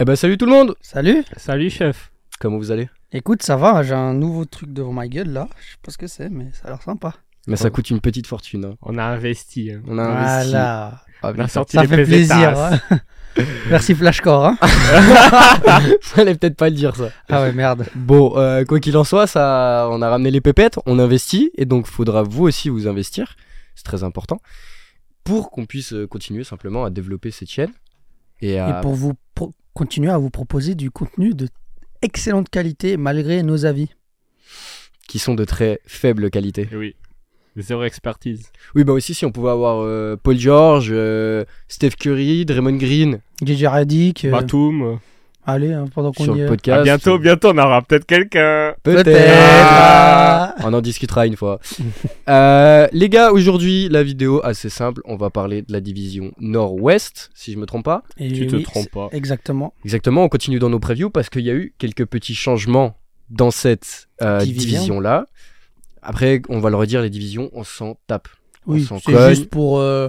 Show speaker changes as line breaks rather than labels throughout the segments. Eh ben salut tout le monde
Salut
Salut chef.
Comment vous allez
Écoute, ça va, j'ai un nouveau truc devant ma gueule là. Je sais pas ce que c'est, mais ça a l'air sympa.
Mais ça coûte une petite fortune. hein.
On a investi. hein.
On a investi.
Voilà.
Ah,
On a
putain.
sorti
Ça
les
fait plaisir.
pesetas.
hein. Merci Flashcore. Hein.
Fallait peut-être pas le dire ça.
Ah ouais, merde.
Bon, euh, quoi qu'il en soit, ça, on a ramené les pépettes, on investit, et donc faudra vous aussi vous investir, c'est très important, pour qu'on puisse euh, continuer simplement à développer cette chaîne. Et, à...
Et pour vous pro- continuer à vous proposer du contenu de excellente qualité malgré nos avis.
qui sont de très faible qualité.
Eh Oui. Zéro expertise.
Oui, bah aussi si on pouvait avoir euh, Paul George, euh, Steph Curry, Draymond Green
JJ Redick, euh,
Bah, Batum.
allez, hein, pendant qu'on
Bah, sur
y
le
est.
podcast.
À bientôt, bientôt, on aura peut-être quelqu'un.
Peut-être.
Ah.
On en discutera une fois. Euh, les gars, aujourd'hui, la vidéo assez simple. On va parler de la division Nord-Ouest, si je me trompe pas.
Et
Tu te
oui,
trompes pas.
c'est- Exactement.
Exactement. On continue dans nos previews parce qu'il y a eu quelques petits changements dans cette euh,
Division.
division-là. Après, on va le redire, les divisions, on s'en tape.
Oui,
s'en
c'est
cogne.
juste pour euh,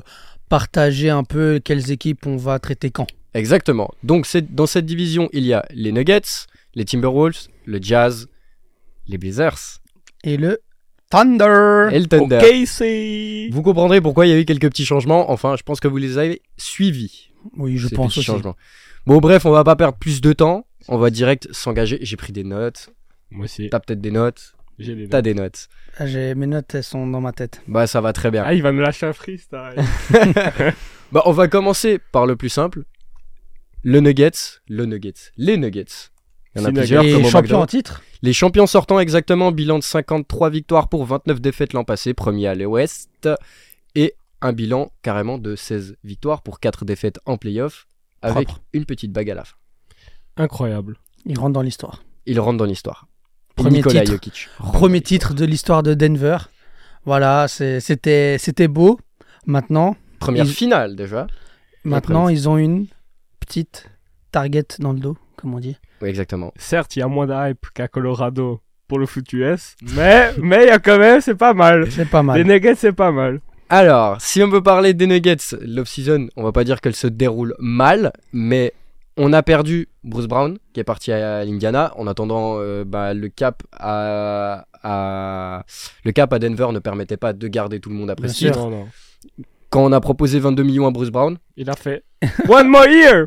partager un peu quelles équipes on va traiter quand.
Exactement. Donc, c'est- dans cette division, il y a les Nuggets, les Timberwolves, le Jazz, les Blazers
Et le Thunder.
et le Thunder.
Ok, c'est.
Vous comprendrez pourquoi il y a eu quelques petits changements. Enfin, je pense que vous les avez suivis.
Oui, je
ces
pense
petits
aussi.
changements. Bon, bref, on va pas perdre plus de temps. On va direct s'engager. J'ai pris des notes.
Moi aussi.
T'as peut-être des notes.
J'ai les
T'as des notes.
Ah, j'ai- Mes notes, elles sont dans ma tête.
Bah, ça va très bien.
Ah, il va nous lâcher un freestyle.
Bah, on va commencer par le plus simple. Le Nuggets. Le Nuggets. Les Nuggets. Il y en a
Si
plusieurs.
Nuggets.
comme
Et
au
champion en
McDo.
titre
Les champions sortants exactement, bilan de 53 victoires pour 29 défaites l'an passé, premier à l'Ouest, et un bilan carrément de 16 victoires pour 4 défaites en playoff, avec
Propre.
une petite bague à la fin.
Incroyable.
Il rentre dans l'histoire.
Il rentre dans l'histoire. Et
Premier
Nikola
titre.
Jokic.
Premier titre de l'histoire de Denver. Voilà, c'est- c'était c'était beau. Maintenant,
Première
Il-
finale déjà.
maintenant
Après,
ils ont une petite target dans le dos, comme on dit.
Oui, exactement.
Certes, il y a moins d'hype qu'à Colorado pour le foot US. Mais, mais il y a quand même, c'est pas mal.
C'est pas
Les
mal.
Nuggets, c'est pas mal.
Alors, si on peut parler des Nuggets, l'off-season, on va pas dire qu'elle se déroule mal, mais on a perdu Bruce Brown, qui est parti à l'Indiana, en attendant euh, bah, le cap à, à- le cap à Denver ne permettait pas de garder tout le monde après
Bien
ce
sûr.
titre.
Non, non.
Quand on a proposé 22 millions à Bruce Brown,
Il a fait One more year,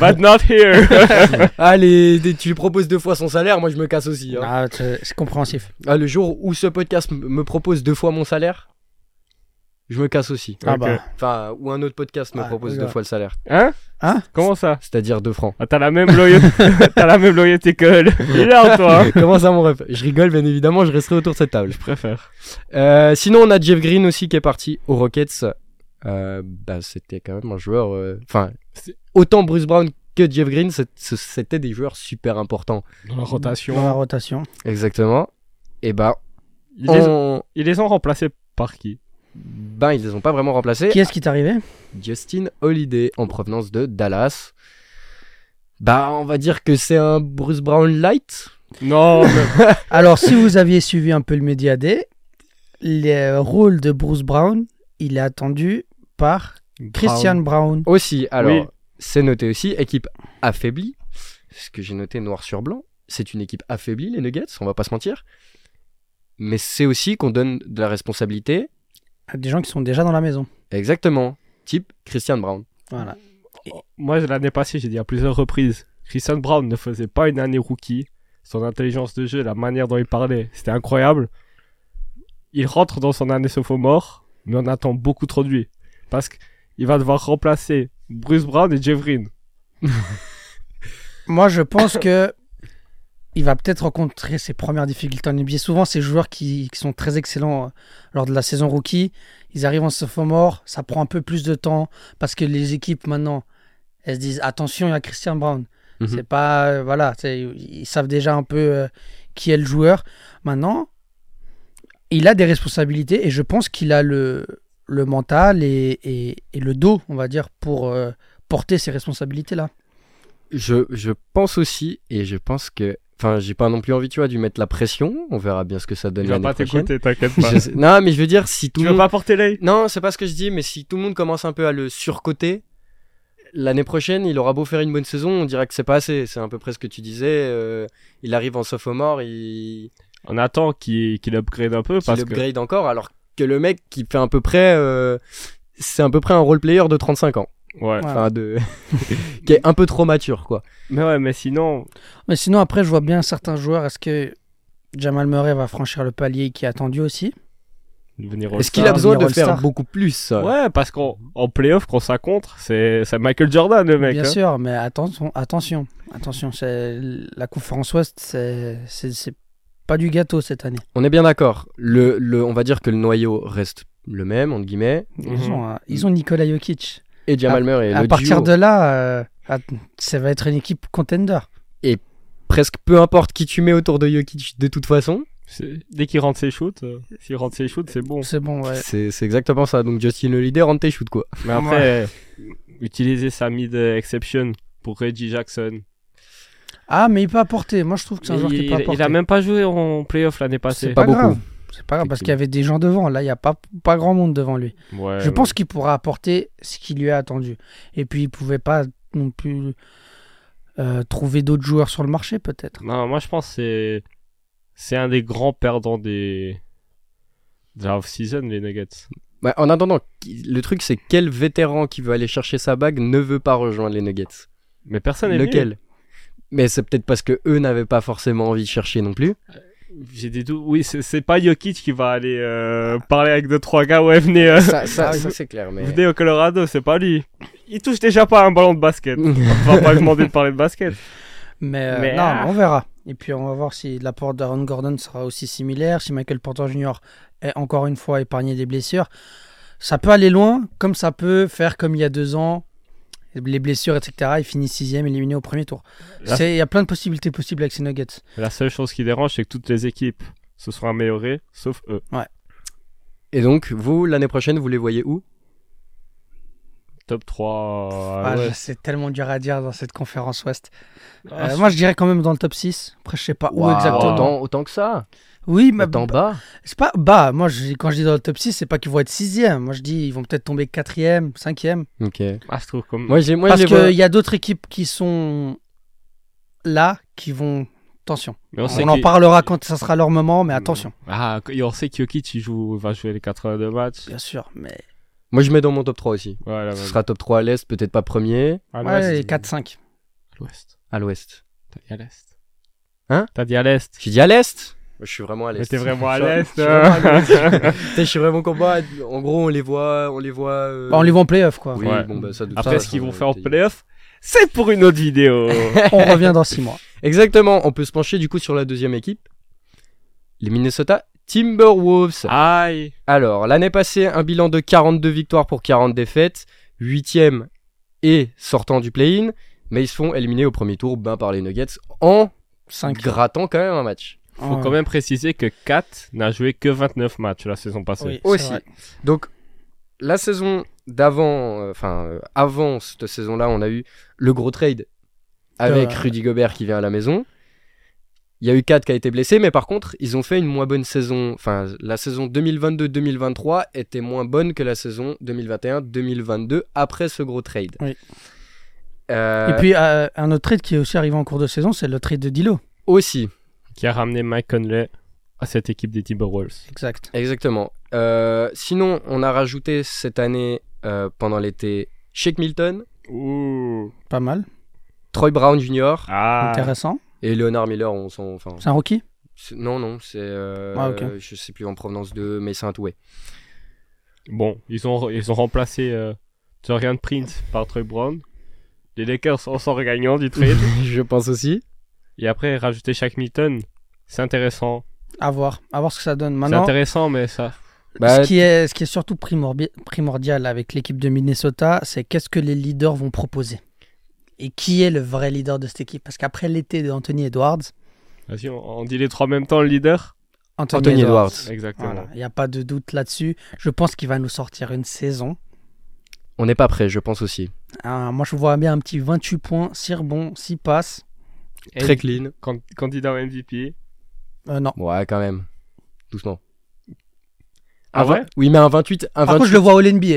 but not here.
allez, tu lui proposes deux fois son salaire, moi je me casse aussi. hein.
Ah, c'est c'est compréhensif.
Ah, le jour où ce podcast m- me propose deux fois mon salaire, je me casse aussi.
Ah
Ok.
bah,
Enfin, ou un autre podcast me
Ah,
propose
ouais.
deux fois le salaire,
Hein
Hein
Comment ça
c'est-à-dire deux francs.
Ah, t'as la même loyauté, t'as la même loyauté que le- Il est en toi. hein.
Comment ça, mon ref Je rigole, bien évidemment, je resterai autour de cette table.
Je préfère.
Euh, sinon, on a Jeff Green aussi qui est parti aux Rockets. Euh, bah, c'était quand même un joueur. euh, Enfin,
C'est-
autant Bruce Brown que Jeff Green, c'est- ce- c'était des joueurs super importants.
Dans la
dans la
rotation.
rotation.
Exactement. Et bah,
Ils, les,
on...
ils les ont remplacés par qui
ben, ils les ont pas vraiment remplacés.
Qui est-ce qui est arrivé
Justin Holiday en provenance de Dallas. Bah, on va dire que c'est un Bruce Brown light.
Non, mais-
Alors, si vous aviez suivi un peu le Media Day, le rôle de Bruce Brown, il est attendu par Christian Brown.
Aussi, alors,
Oui.
c'est noté aussi, équipe affaiblie. Ce que j'ai noté noir sur blanc, c'est une équipe affaiblie, les Nuggets, on va pas se mentir. Mais c'est aussi qu'on donne de la responsabilité,
à Ah, Des gens qui sont déjà dans la maison.
exactement, type Christian Brown.
Voilà.
Moi, l'année passée, j'ai dit à plusieurs reprises Christian Brown ne faisait pas une année rookie. Son intelligence de jeu, la manière dont il parlait, c'était incroyable. Il rentre dans son année sophomore, mais on attend beaucoup trop de lui. Parce qu'il va devoir remplacer Bruce Brown et Jeff Green.
Moi, je pense que il va peut-être rencontrer ses premières difficultés en NBA. Souvent, ces joueurs qui, qui sont très excellents euh, lors de la saison rookie, ils arrivent en sophomore, ça prend un peu plus de temps parce que les équipes maintenant, elles se disent attention, il y a Christian Brown.
Mhm.
C'est pas euh, voilà, c'est- ils savent déjà un peu euh, qui est le joueur. Maintenant, il a des responsabilités et je pense qu'il a le le mental et, et- et le dos, on va dire, pour euh, porter ces responsabilités-là.
Je, je pense aussi, et je pense que. Enfin, j'ai pas non plus envie, tu vois, de lui mettre la pression. On verra bien ce que ça donne
Il va
l'année
pas
prochaine.
t'écouter, t'inquiète pas.
Je sais- Non, mais je veux dire, si tout
Tu
le
veux
monde.
pas porter l'œil
Non, c'est pas ce que je dis, mais si tout le monde commence un peu à le surcoter, l'année prochaine, il aura beau faire une bonne saison, on dira que c'est pas assez. C'est à peu près ce que tu disais. euh, il arrive en sophomore, il,
On attend qu'il qu'il upgrade un peu
il
parce que
upgrade encore, alors que le mec qui fait à peu près, euh, c'est à peu près un role player de 35 ans,
ouais.
Ouais.
enfin de, qui est un peu trop mature, quoi.
Mais ouais, mais sinon,
Mais sinon, après, je vois bien certains joueurs. Est-ce que Jamal Murray va franchir le palier qui est attendu aussi
devenir
Est-ce
All-Star. euh,
qu'il a besoin de
devenir
faire
All-Star.
beaucoup plus euh,
Ouais, parce qu'en en playoff, quand ça contre, c'est c'est Michael Jordan le mec.
Bien
hein.
sûr, mais attention, attention, attention. C'est la conférence Ouest, c'est c'est- c'est pas du gâteau cette année.
On est bien d'accord. Le, le, on va dire que le noyau reste le même entre guillemets.
Mhm.
Ils ont, euh, ils ont Nikola Jokic.
Et Jamal Murray,
à
le
partir
duo,
de là, euh, att- ça va être une équipe contender.
presque peu importe qui tu mets autour de Jokic, de toute façon,
C'est- Dès qu'il rentre ses shoots, euh, s'il rentre ses shoots, c'est bon.
C'est bon, ouais.
c'est c'est exactement ça. Donc Justin Holiday rentre tes shoots quoi.
Mais après, utiliser sa mid euh, exception pour Reggie Jackson.
Ah, mais il peut apporter. Moi, je trouve que c'est un
Mais
joueur
il,
qui peut
il
apporter.
a même pas joué en playoff l'année passée.
C'est pas,
Pas beaucoup.
grave. C'est pas grave
Effectivement.
parce qu'il y avait des gens devant. Là, il n'y a pas, pas grand monde devant lui.
Ouais,
Je
ouais.
pense qu'il pourra apporter ce qui lui est attendu. Et puis, il pouvait pas non plus euh, trouver d'autres joueurs sur le marché, peut-être.
Non, moi je pense que c'est c'est un des grands perdants des de la off-season les Nuggets.
Ouais, Bah, en attendant, qui- le truc c'est quel vétéran qui veut aller chercher sa bague ne veut pas rejoindre les Nuggets
Mais personne n'est venu.
Lequel Mais c'est peut-être parce que eux n'avaient pas forcément envie de chercher non plus.
J'ai des doutes. Oui, c'est- c'est pas Jokic qui va aller euh, parler avec deux trois gars. Ouais, venez, euh,
Ça, ça, ça, c'est clair, mais.
venez au Colorado, c'est pas lui. Il touche déjà pas un ballon de basket. On va pas lui demander de parler de basket.
Mais, euh,
Mais,
non,
ah.
mais on verra. Et puis, on va voir si l'apport d'Aaron Gordon sera aussi similaire, si Michael Porter Jr. est encore une fois épargné des blessures. Ça peut aller loin, comme ça peut faire comme il y a deux ans. Les blessures, etc. Il finit sixième, éliminé au premier tour.
Là-
C'est- Il y a plein de possibilités possibles avec ces Nuggets.
La seule chose qui dérange, c'est que toutes les équipes se sont améliorées, sauf eux.
Et donc, vous, l'année prochaine, vous les voyez où
Top 3.
Ah,
ouais.
je- C'est tellement dur à dire dans cette conférence Ouest.
Ah,
Euh, moi, je dirais quand même dans le top 6. Après, je sais pas où
Waouh,
exactement.
Ah, autant, autant que ça
Oui, mais bah,
Autant bas
c'est pas bas. Moi, je- quand je dis dans le top 6, c'est pas qu'ils vont être 6 Moi, je dis ils vont peut-être tomber 4 cinquième.
Ok.
ah, je trouve comme.
Moi, j'ai, moi,
Parce
je les vois-
qu'il y a d'autres équipes qui sont là, qui vont. Attention.
Mais
On,
sait
en
qu'il-
parlera quand ça sera leur moment, mais attention,
Ah, et on sait que Jokic il joue, va jouer les 82 matchs.
bien sûr. Mais
moi, je mets dans mon top 3 aussi.
Ah, Ouais, là,
Ce
même.
sera top 3 à l'Est, peut-être pas premier,
À l'ouest.
ouais, les 4-5.
À l'ouest.
à l'ouest.
T'as dit à l'est.
Hein
T'as dit à l'est.
J'ai dit à l'Est Moi, Je suis vraiment à l'Est.
Mais t'es vraiment à
Je suis-
l'Est,
je suis vraiment à l'Est.
hein.
Tu sais, Je suis vraiment combat. En gros, on les voit. On les voit. euh,
Bah, on les voit en playoff, quoi.
Oui,
Ouais.
bon, bah, ça, de toute
Après ce
façon,
qu'ils vont
euh,
faire en
t'es-
playoff, c'est pour une autre vidéo.
on revient dans 6 mois.
Exactement, on peut se pencher du coup sur la deuxième équipe. Les Minnesota Timberwolves.
Ah. Aïe.
Alors, l'année passée, un bilan de 42 victoires pour 40 défaites, 8e et sortant du play-in, mais ils se font éliminer au premier tour ben, par les Nuggets en
5.
grattant quand même un match.
Faut quand même préciser que Kat n'a joué que 29 matchs la saison passée.
Aussi. Donc, la saison d'avant, euh, enfin, euh, avant cette saison-là, on a eu le gros trade avec
Ouais.
Rudy Gobert qui vient à la maison. Il y a eu 4 qui a été blessé, mais par contre, ils ont fait une moins bonne saison. Enfin, la saison 2022-2023 était moins bonne que la saison 2021-2022 après ce gros trade.
Oui.
Euh,
Et puis euh, un autre trade qui est aussi arrivé en cours de saison, c'est le trade de Dilo.
aussi,
Qui a ramené Mike Conley à cette équipe des Timberwolves.
Exact.
exactement. Euh, sinon, on a rajouté cette année, euh, pendant l'été, Shake Milton,
Ouh.
Pas mal.
Troy Brown Jr.
Ah.
Intéressant.
Et Leonard Miller, on s'en. Enfin,
C'est un rookie
c'est- non, non, c'est. euh,
Ah, ok.
Je sais plus en provenance de, mais c'est un toué.
Bon, ils ont, ils ont remplacé euh, Torian Prince par Troy Brown. Les Lakers en sort gagnant du trade.
je pense aussi.
Et après, rajouter Shaq Milton, c'est intéressant.
À voir. À voir ce que ça donne.
C'est
Maintenant,
intéressant, mais ça.
Bah,
ce, qui est, ce qui est surtout primorbi- primordial avec l'équipe de Minnesota, c'est qu'est-ce que les leaders vont proposer. Et qui est le vrai leader de cette équipe Parce qu'après l'été de Anthony Edwards,
Vas-y, on, on dit les trois en même temps, le leader
Anthony,
Anthony
Edwards.
Edwards.
Exactement.
Voilà, il n'y a pas de doute là-dessus. Je pense qu'il va nous sortir une saison.
On n'est pas prêt, je pense aussi.
Ah, moi, je vois bien un petit 28 points, 6 rebonds, 6 passes.
Et
Très clean.
can- candidat au MVP.
Euh, non.
Ouais, quand même. Doucement.
Ah
Un vingt-
ouais
Oui, mais un 28. Un
Par
28
contre, je le vois au NBA.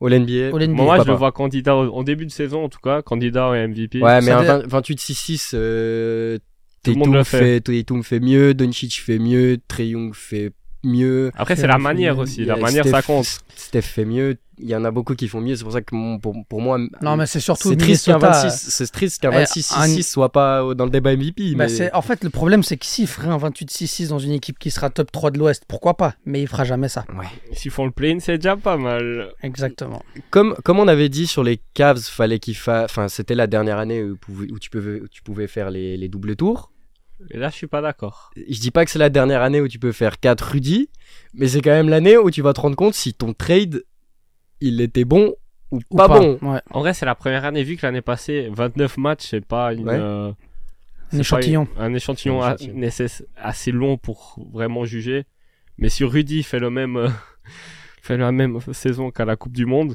All NBA.
All NBA.
Moi, moi, je
Pourquoi
le
pas.
vois candidat au- en début de saison, en tout cas, candidat au MVP.
Ouais, mais
Ça
un
dé-
20 28-6, euh,
Tout le monde
Tatum
le
fait. Tatum fait mieux, Doncic fait mieux, Trae Young fait mieux.
Après, c'est
C'est
la
un
manière
film.
aussi. La
Euh,
manière,
Steph-
ça compte.
Steph fait mieux. Il y en a beaucoup qui font mieux. C'est pour ça que mon- pour, pour moi,
Non, mais c'est surtout
c'est triste qu'un
Minnesota.
26, c'est triste qu'un
Eh,
26
un-
6 soit pas au- dans le débat MVP.
Bah,
mais
c'est- en fait, le problème, c'est que s'il ferait un 28-6-6 dans une équipe qui sera top 3 de l'Ouest, pourquoi pas Mais il fera jamais ça.
Ouais.
S'ils font le play-in, c'est déjà pas mal.
Exactement.
Comme, comme on avait dit sur les Cavs, fallait qu'il fa... enfin, c'était la dernière année où, pouv- où tu, pouvais, où tu pouvais faire les, les doubles tours.
Et là, je suis pas d'accord.
Je dis pas que c'est la dernière année où tu peux faire 4 Rudy, mais c'est quand même l'année où tu vas te rendre compte si ton trade, il était bon ou,
Ou
pas, bon.
Ouais.
En vrai, c'est la première année, vu que l'année passée, 29 matchs, c'est pas une.
Ouais.
euh, c'est
Un
pas
échantillon.
une- un échantillon
Un
a-
échantillon.
nécess- assez long pour vraiment juger. Mais si Rudy fait le même, euh, fait la même saison qu'à la Coupe du Monde.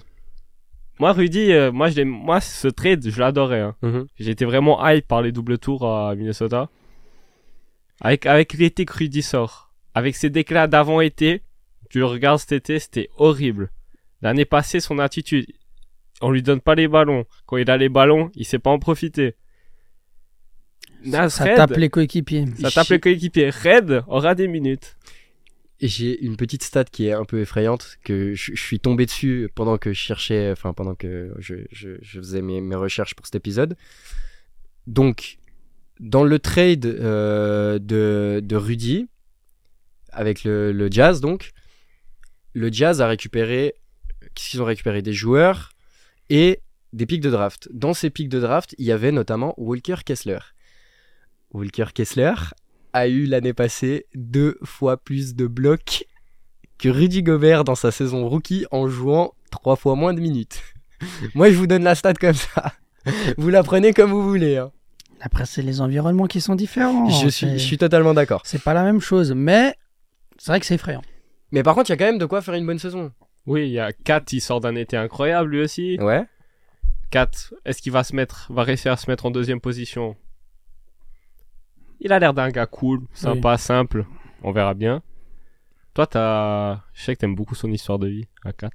Moi, Rudy, euh, moi, je l'ai- moi, ce trade, je l'adorais. hein.
Mhm.
J'étais vraiment hype par les doubles tours à Minnesota. Avec, avec l'été que Rudy sort. Avec ses déclats d'avant-été. Tu le regardes cet été, c'était horrible. L'année passée, son attitude. On lui donne pas les ballons. Quand il a les ballons, il sait pas en profiter.
Ça
Nasred,
tape les coéquipiers.
ça tape les coéquipiers. Red aura des minutes.
Et J'ai une petite stat qui est un peu effrayante que je, je suis tombé dessus pendant que je cherchais, enfin pendant que je, je- je faisais mes, mes recherches pour cet épisode. Donc, dans le trade euh, de, de Rudy avec le, le Jazz, donc le Jazz a récupéré, qu'est-ce qu'ils ont récupéré des joueurs et des pics de draft. Dans ces pics de draft, il y avait notamment Walker Kessler. Walker Kessler a eu l'année passée deux fois plus de blocs que Rudy Gobert dans sa saison rookie en jouant trois fois moins de minutes. Moi, je vous donne la stat comme ça. Vous la prenez comme vous voulez. hein.
Après, c'est les environnements qui sont différents.
je, suis,
Oh, C'est-
je suis totalement d'accord.
C'est pas la même chose, mais c'est vrai que c'est effrayant.
Mais par contre, il y a quand même de quoi faire une bonne saison.
Oui, il y a Kat, il sort d'un été incroyable lui aussi.
Ouais.
Kat, est-ce qu'il va se mettre, va réussir à se mettre en deuxième position Il a l'air d'un gars cool, sympa, simple. On verra bien. Toi, t'as, je sais que t'aimes beaucoup son histoire de vie à Kat.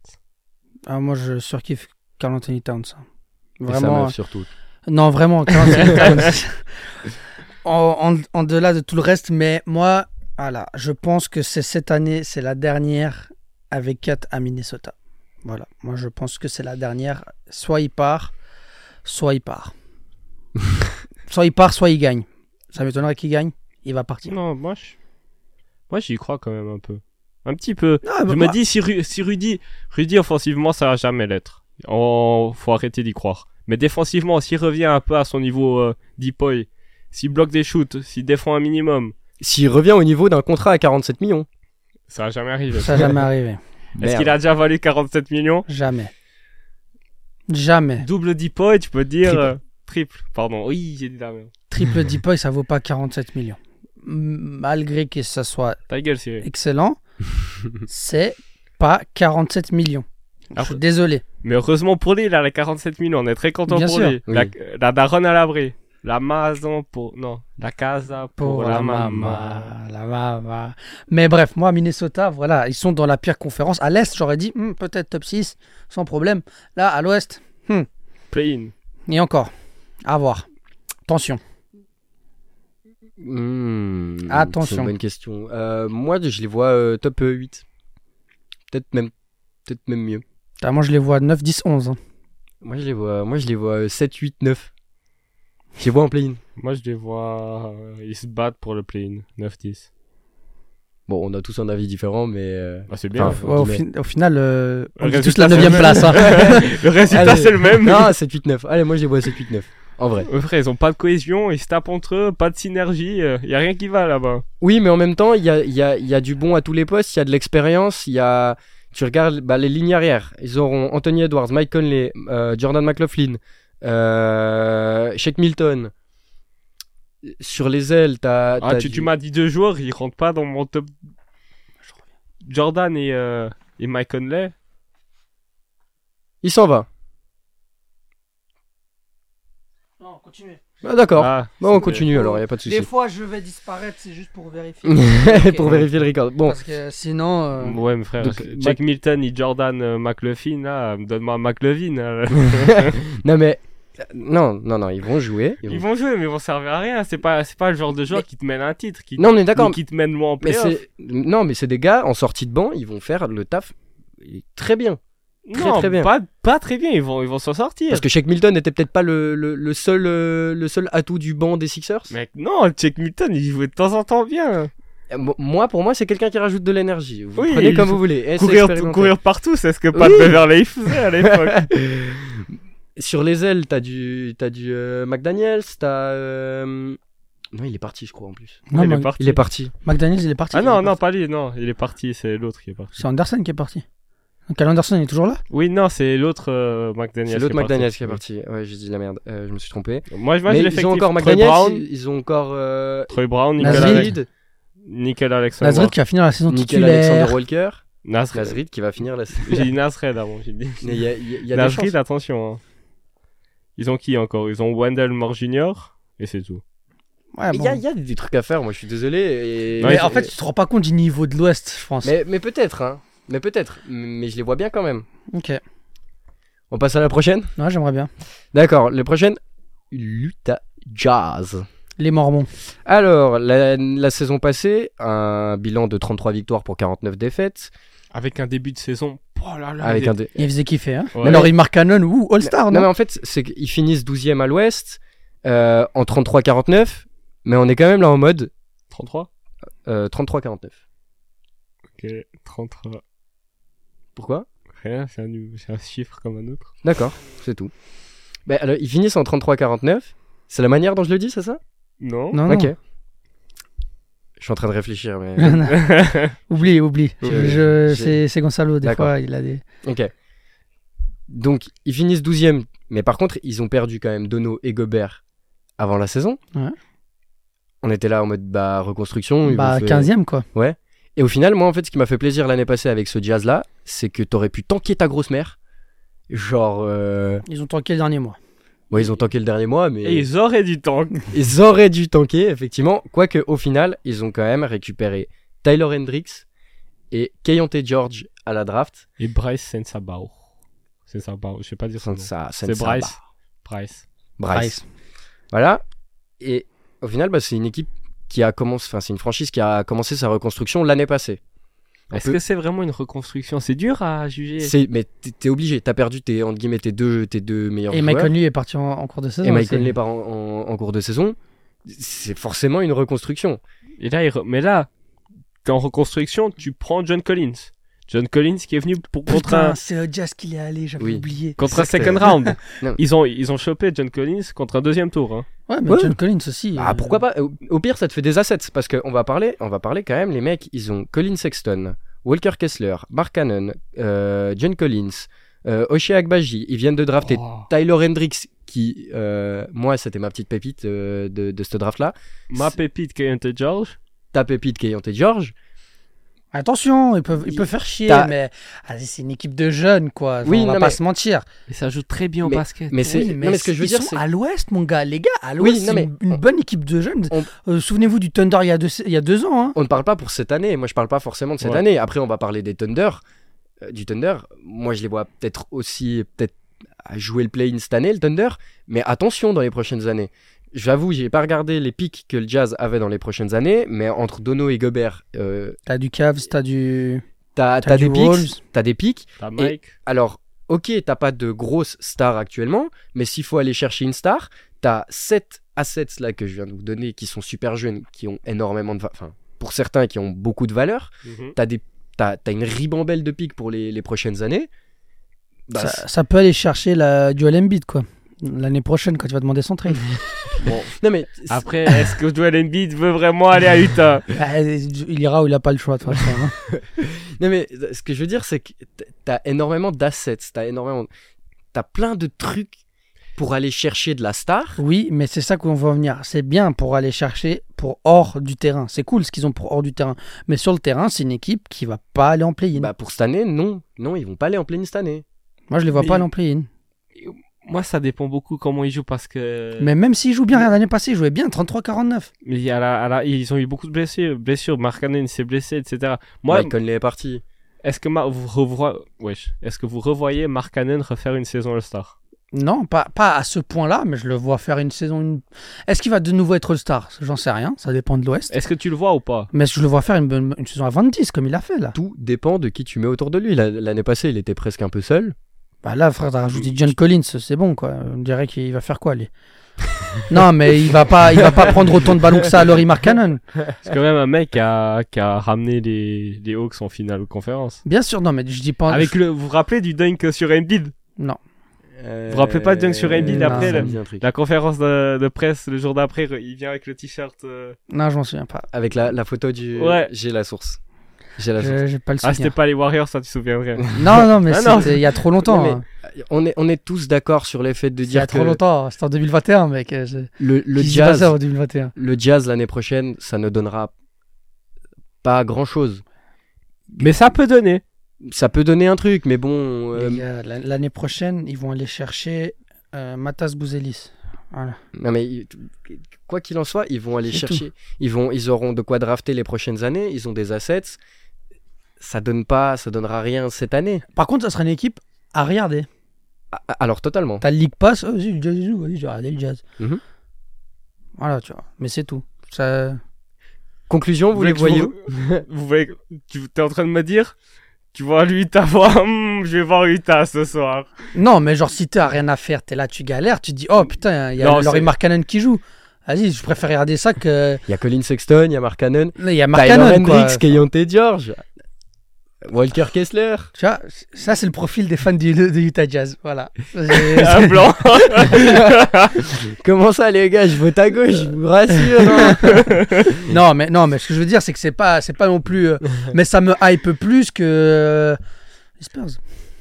Ah, moi, je surkiffe Carl Anthony Towns. hein.
Et sa
Vraiment.
meuf, surtout.
euh, Non, vraiment, Carl Anthony Towns. en, en, en delà de tout le reste, mais moi, voilà, je pense que c'est cette année, c'est la dernière avec Kat à Minnesota. Voilà, moi, je pense que c'est la dernière. Soit il part, soit il part. soit il part, soit il gagne. Ça m'étonnerait qu'il gagne. Il va partir.
Non, moi, je... moi, j'y crois quand même un peu, un petit peu.
Non,
je
bah,
me
moi-
dis si, Ru- si Rudy, Rudy offensivement, ça va jamais l'être. Oh, faut arrêter d'y croire. Mais défensivement, s'il revient un peu à son niveau euh, d'Ipoy, s'il bloque des shoots, s'il défend un minimum,
S'il revient au niveau d'un contrat à 47 millions.
ça va jamais arriver.
Ça jamais arrivé.
Est-ce
Merde.
qu'il a déjà valu 47 millions
Jamais. Jamais.
Double dipoy, tu peux dire.
Triple.
euh, Triple, pardon. Oui, j'ai dit la merde.
Triple Deepoy, ça vaut pas 47 millions. M- Malgré que ça soit
Ta gueule, Cyril.
excellent, c'est pas 47 millions. Je
Après-
suis désolé.
Mais heureusement pour lui, il a les 47 millions. On est très content
Bien
pour
sûr.
lui. La,
Oui.
la daronne à l'abri. La maison pour. Non, la casa pour,
Pour
la,
la
maman.
mama, la mama. Mais bref, moi, Minnesota, voilà, ils sont dans la pire conférence. À l'Est, j'aurais dit hmm, peut-être top 6, sans problème. Là, à l'Ouest,
Play-in.
et encore. À voir. Tension.
Hmm, C'est
Attention.
une bonne question. Euh, moi, je les vois euh, top euh, 8. Peut-être même, peut être même mieux.
Putain, Moi, je les vois 9, 10, 11. hein.
Moi, je les vois, moi, je les vois euh, 7, 8, 9. Je les vois en play-in.
Moi, je les vois. euh, Ils se battent pour le play-in. 9-10.
Bon, on a tous un avis différent, mais. euh,
Bah, c'est bien.
Enfin,
Ouais, au,
guillemets.
fin- au final, euh, on
Le
est tous la
résultat, c'est
9
le
place. hein.
le résultat,
Allez.
c'est le même.
Non, 7, 8, 9. Allez, moi, je les vois 7, 8, 9. En vrai.
Euh, Frère, ils ont pas de cohésion, ils se tapent entre eux, pas de synergie, euh, y a rien qui va là-bas.
Oui, mais en même temps, il y a, il y, a, il y a du bon à tous les postes, il y a de l'expérience, il y a. Tu regardes bah, les lignes arrière. Ils auront Anthony Edwards, Mike Conley, euh, Jordan McLaughlin, euh, Shake Milton. Sur les ailes, t'as.
Ah,
t'as
tu,
du-
tu m'as dit deux joueurs, ils rentrent pas dans mon top. Jordan et, euh, et Mike Conley.
Il s'en va.
Non, continue.
Ah, D'accord.
Ah,
bon, on
c'est-
continue alors, il n'y a pas de
Des
souci.
fois, je vais disparaître, c'est juste pour vérifier.
Pour
Ok.
vérifier le record. Bon,
euh, Parce que sinon, euh,
Ouais, mais frère,
Donc,
c'est- Jack Milton et Jordan euh, McLaughlin, là, euh, donne-moi McLevin. là.
non mais. euh, Non, non, non, ils vont jouer. ils vont-
Ils vont jouer, mais ils vont servir à rien. C'est pas, c'est pas le genre de joueur qui te mène à un titre, qui,
Non, on est
ni
d'accord.
qui te mène loin en
Mais
playoff.
c'est non, mais c'est des gars en sortie de banc, ils vont faire le taf très bien. très,
non,
très bien.
Pas, pas très bien. Ils vont, ils vont s'en sortir.
Parce que Shake Milton n'était peut-être pas le, le, le seul euh, le seul atout du banc des Sixers.
Mec, non, Jack Milton, il jouait de temps en temps bien.
Euh, mo- Moi, pour moi, c'est quelqu'un qui rajoute de l'énergie. Vous
Oui,
prenez
il
comme
faut
vous voulez. Eh, c'est
Courir,
expérimenté.
courir partout, c'est ce que Pat
Oui.
Beverley faisait à l'époque.
Sur les ailes, t'as du t'as du euh, McDaniels, t'as euh, non, il est parti, je crois en plus.
non,
il est
Mac-
parti.
Il est parti.
McDaniels, il est parti.
Ah
Il
non,
est
non,
parti.
pas lui, non. Il est parti, c'est l'autre qui est parti.
C'est Anderson qui est parti. Donc, Al Anderson, il est toujours là
Oui, non, c'est l'autre euh, McDaniel.
C'est l'autre
qui est
McDaniels
parti.
qui est parti. Ouais, j'ai dit de la merde. Euh, je me suis trompé.
Moi, je moi,
mais
j'ai
ils
l'effectif.
ont encore
Troy
McDaniels,
Brown,
ils ils ont encore euh,
Troy Brown,
Nicolas
Nicolas,
Nazrid.
Alex-
Lazrid,
Nicolas Alexander.
Lazarus qui va finir la saison
Nickel
titulaire.
Alexander Walker,
Nasrid.
Lazrid qui va finir la
J'ai dit Nasred avant, j'ai dit.
Mais il y a, il y a- il y a des
Nasrid,
chances.
attention. hein. Ils ont qui encore Ils ont Wendell Moore Jr. et c'est tout.
Mais
Ouais, bah,
Il
bon.
y, a- il y a des trucs à faire, moi je suis désolé. Et...
Non,
mais
ils
en fait, tu te rends pas compte du niveau de l'Ouest, je pense.
mais, mais peut-être, hein. Mais peut-être. Mais je les vois bien quand même.
Ok.
On passe à la prochaine
Ouais, j'aimerais bien.
D'accord, la prochaine. Utah Jazz.
Les Mormons.
Alors, la, la saison passée, un bilan de 33 victoires pour 49 défaites.
Avec un début de saison. Oh là là.
avec
il est-
un dé-
Il faisait kiffer, hein.
Ouais.
Alors, il marque Cannon ou All-Star,
Non,
non,
mais en fait, c'est qu'ils finissent 12e à l'ouest, euh, en 33-49, mais on est quand même là en mode
33
euh, 33-49.
Ok, 33.
Pourquoi
Rien, c'est un, nu- c'est un chiffre comme un autre.
D'accord, c'est tout. Ben, alors, ils finissent en 33-49. C'est la manière dont je le dis, c'est ça
Non.
Non, non.
Ok. Je suis en train de réfléchir, mais.
Oublie, oublie. Je-
Oui,
je-
Euh, j'ai-
c'est- C'est Gonzalo, des
D'accord.
fois, il a des.
ok. Donc, ils finissent 12e. Mais par contre, ils ont perdu quand même Dono et Gobert avant la saison.
Ouais.
On était là en mode bah, reconstruction. ils
Bah,
vont faire-
15ème, quoi.
Et au final, moi, en fait, ce qui m'a fait plaisir l'année passée avec ce jazz-là, c'est que t'aurais pu tanker ta grosse mère. Genre. euh,
Ils ont tanké le dernier mois.
Ouais, ils ont tanké le dernier mois, mais.
Et ils auraient du temps.
Ils auraient dû tanker, effectivement. Quoique, au final, ils ont quand même récupéré Tyler Hendricks et Kayonte George à la draft.
Et Bryce Sensabao. Sensabao, je sais pas dire son
Sans
nom.
ça- sans
C'est
ça,
Bryce.
bah,
Bryce.
Bryce. Voilà. Et au final, bah, c'est une équipe qui a commencé, enfin, c'est une franchise qui a commencé sa reconstruction l'année passée. Un
Est-ce
peu-
que c'est vraiment une reconstruction C'est dur à juger.
c'est, mais t'es- t'es obligé, t'as perdu tes, entre guillemets, tes deux, tes deux meilleurs
Et
joueurs.
Mike Conley est parti en, en cours de saison.
et Mike
c'est-
Conley part en, en- en cours de saison. C'est forcément une reconstruction.
Et là, il re- Mais là, t'es en reconstruction, tu prends John Collins. John Collins qui est venu pour contre un,
Putain, c'est euh, Jazz qu'il est allé, j'avais
Oui.
oublié.
contre un
Exactement.
second round.
Non.
ils, ont, ils ont chopé John Collins contre un deuxième tour. hein.
Ouais, mais
Ouais.
John Collins aussi.
Ah
euh,
pourquoi pas au, au pire ça te fait des assets parce qu'on va parler on va parler quand même les mecs ils ont Colin Sexton, Walker Kessler, Mark Cannon, euh, John Collins, euh, Oshae Agbaji, ils viennent de drafter
Oh.
Tyler Hendricks qui euh, moi c'était ma petite pépite euh, de, de ce draft là,
Ma pépite, Kayonte George.
ta pépite Kayonte George.
Attention, ils peuvent, ils
Il-
peuvent faire chier,
t'as-
mais ah, c'est une équipe de jeunes, quoi. Enfin,
Oui,
on va
non,
pas
mais-
se mentir.
Et ça joue très bien
au Mais-
basket.
Mais c'est
Oui,
non, mais ce que je veux
ils
dire
sont
c'est
à l'ouest, mon gars, les gars, à l'ouest,
Oui, non,
c'est
mais
une, une
on-
bonne équipe de jeunes.
on-
Euh, Souvenez-vous du Thunder il y a deux, il y a deux ans. hein.
on ne parle pas pour cette année, moi je parle pas forcément de cette
Ouais.
année. Après on va parler des Thunder Euh, du Thunder, moi je les vois peut-être aussi peut-être à jouer le play-in cette année le Thunder, mais attention dans les prochaines années. J'avoue, j'ai pas regardé les pics que le Jazz avait dans les prochaines années, mais entre Dono et Gobert, euh,
T'as du Cavs, t'as du.
t'as
T'as
t'as
du
des
Wolves.
pics, t'as des pics.
T'as Mike.
Alors, ok, t'as pas de grosse star actuellement, mais s'il faut aller chercher une star, t'as 7 assets là que je viens de vous donner qui sont super jeunes, qui ont énormément de, va- enfin, pour certains qui ont beaucoup de valeur.
Mhm.
T'as des, t'as, t'as une ribambelle de pics pour les, les prochaines années. Bah,
ça, ça peut aller chercher la Joel Embiid, quoi. L'année prochaine, quand tu vas demander son trade.
c'est- non mais
Après, est-ce que Joel Embiid veut vraiment aller à Utah
Ah, il ira où il a pas le choix, de toute façon. hein.
Non, mais ce que je veux dire, c'est que t- t'as énormément d'assets, t'as énormément. T'as plein de trucs pour aller chercher de la star.
Oui, mais c'est ça qu'on va en venir. C'est bien pour aller chercher pour hors du terrain. C'est cool ce qu'ils ont pour hors du terrain. Mais sur le terrain, c'est une équipe qui va pas aller en play-in.
Bah, pour cette année, non. Non, ils vont pas aller en pleine cette année.
Moi, je les vois
mais-
pas aller en play-in.
Moi, ça dépend beaucoup comment ils jouent parce que.
Mais même s'il joue bien, regarde, l'année passée, il jouait bien 33-49.
Mais à la- à la- ils ont eu beaucoup de blessés. Blessures. Mark Cannon s'est blessé, etc. Moi,
Mike Conley est parti.
est-ce que ma- vous revoyez. Wesh. Est-ce que vous revoyez Mark Cannon refaire une saison All-Star
Non, pas, pas à ce point-là, mais je le vois faire une saison. une- Est-ce qu'il va de nouveau être All-Star J'en sais rien, ça dépend de l'Ouest.
Est-ce que tu le vois ou pas
Mais je le vois faire une, bonne- une saison à 20 comme il a fait là.
Tout dépend de qui tu mets autour de lui. La- L'année passée, il était presque un peu seul.
Bah là, frère, t'as rajouté John Collins, c'est bon quoi. On dirait qu'il va faire quoi lui Non, mais il va pas, il va pas prendre autant de ballons que ça à Laurie Markkanen.
C'est quand même un mec qui a, qui a ramené les, les Hawks en finale de conférence.
Bien sûr, non, mais Oh, je dis pas.
Avec le, vous vous rappelez du dunk sur Embiid
Vous
vous rappelez pas de
Euh,
Dunk sur
Embiid après, là
La conférence de, de presse le jour d'après, re- il vient avec le t-shirt. euh,
Non, je m'en souviens pas.
Avec la, la photo du.
Ouais.
J'ai la source. J'ai la source.
Je- J'ai pas le
Ah, c'était
souvenir.
pas les Warriors, ça tu te souviendrais.
non, non, mais
Ah, non.
c'était il y a trop longtemps.
Non, mais
hein.
On, est, on est tous d'accord sur le fait de
Il y a
dire
trop
que
longtemps. C'était en 2021, mec. euh, Je-
le, le
je dis pas ça
jazz,
en 2021.
le jazz l'année prochaine, ça ne donnera pas grand chose.
Mais ça peut donner.
Ça peut donner un truc, mais bon. euh,
Les gars, la- L'année prochaine, ils vont aller chercher euh, Matas Bouzelis. Voilà.
Non mais il- quoi qu'il en soit, ils vont aller
C'est
chercher, ils vont, ils auront de quoi drafter les prochaines années. Ils ont des assets. Ça donne pas, ça donnera rien cette année.
Par contre, ça sera une équipe à regarder.
A- a- Alors totalement.
T'as le League Pass, oh, vas-y, le jazz, il joue, vas-y, je vais regarder le jazz.
Mhm.
Voilà, tu vois. Mais c'est tout. Ça...
Conclusion, vous
voulez
les
que je
voyez
vous- Vous voyez, tu es en train de me dire, tu vois l'Utah, voir, hmm, je vais voir Utah ce soir.
Non, mais genre, si t'as rien à faire, t'es là, tu galères, tu te dis, oh putain, il y
Non,
a Laurie
c'est-
Markkanen qui joue. Vas-y, je préfère regarder ça que.
Il y a Colin Sexton, il y a Mark Cannon,
Il y
Tyler
a Markkanen, quoi.
Hendricks, Keyonte George, Walker Kessler.
Tu vois, ça, c'est le profil des fans du, de Utah Jazz. Voilà.
Ah
Un blanc.
Comment ça les gars, je vote à gauche, je vous rassure. hein.
Non, mais non, mais ce que je veux dire, c'est que c'est pas, c'est pas non plus. euh, mais ça me hype plus que euh, les Spurs.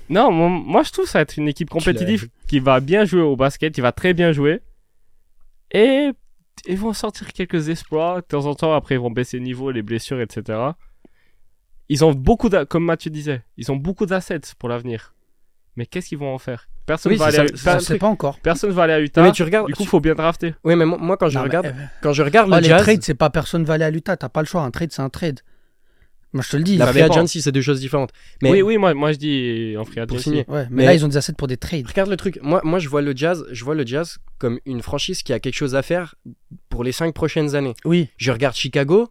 non, moi, moi, je trouve ça être une équipe compétitive qui va bien jouer au basket, qui va très bien jouer. Et ils vont sortir quelques espoirs. De temps en temps, après, ils vont baisser le niveau, les blessures, etc. Ils ont beaucoup, d'a- comme Mathieu disait, ils ont beaucoup d'assets pour l'avenir. Mais qu'est-ce qu'ils vont en faire Personne
Oui,
va
c'est
aller
ça- c'est
On
à
ça,
ne
le
sait
Utah.
pas encore.
Personne va aller à Utah.
mais tu regardes.
Hein du coup, faut bien drafter.
Oui, mais moi, moi, quand je
Non, mais,
regarde,
euh,
quand je regarde
oh,
le
les
jazz,
trades, c'est pas personne va aller à l'Utah. T'as pas le choix. Un trade, c'est un trade. Moi, je te le dis.
la
Ça
free
dépend.
agency, c'est deux choses différentes. Mais
Oui, oui, moi, moi je dis en free
Pour
agency.
signer.
Ouais, mais,
Mais-
là, ils ont des assets pour des trades.
Regarde le truc, moi, moi je vois le jazz, je vois le jazz comme une franchise qui a quelque chose à faire pour les cinq prochaines années.
Oui.
Je regarde Chicago,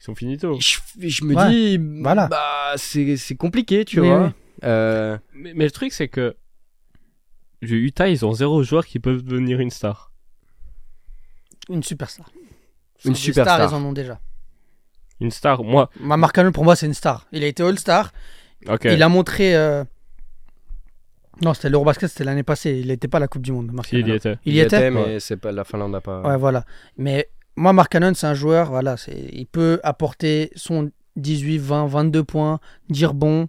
Ils sont finito.
je, je me
Ouais,
dis,
voilà.
bah c'est c'est compliqué, tu
Oui,
vois.
oui.
Euh,
Mais, mais le truc, c'est que le Utah, ils ont zéro joueur qui peuvent devenir une star.
Une superstar.
Une
Des
superstar.
stars, Ils en ont déjà.
Une star, moi.
Ma Mark Cannon, pour moi, c'est une star. Il a été All-Star.
Ok.
Il a montré. euh, Non, c'était l'Eurobasket, c'était l'année passée. Il n'était pas à la Coupe du Monde. Mark
Si, il y
Cannon.
était.
Il y était.
mais c'est pas la Finlande a pas.
Ouais, voilà. Mais moi, Mark Cannon, c'est un joueur, voilà, c'est- il peut apporter son 18, 20, 22 points, dire bon,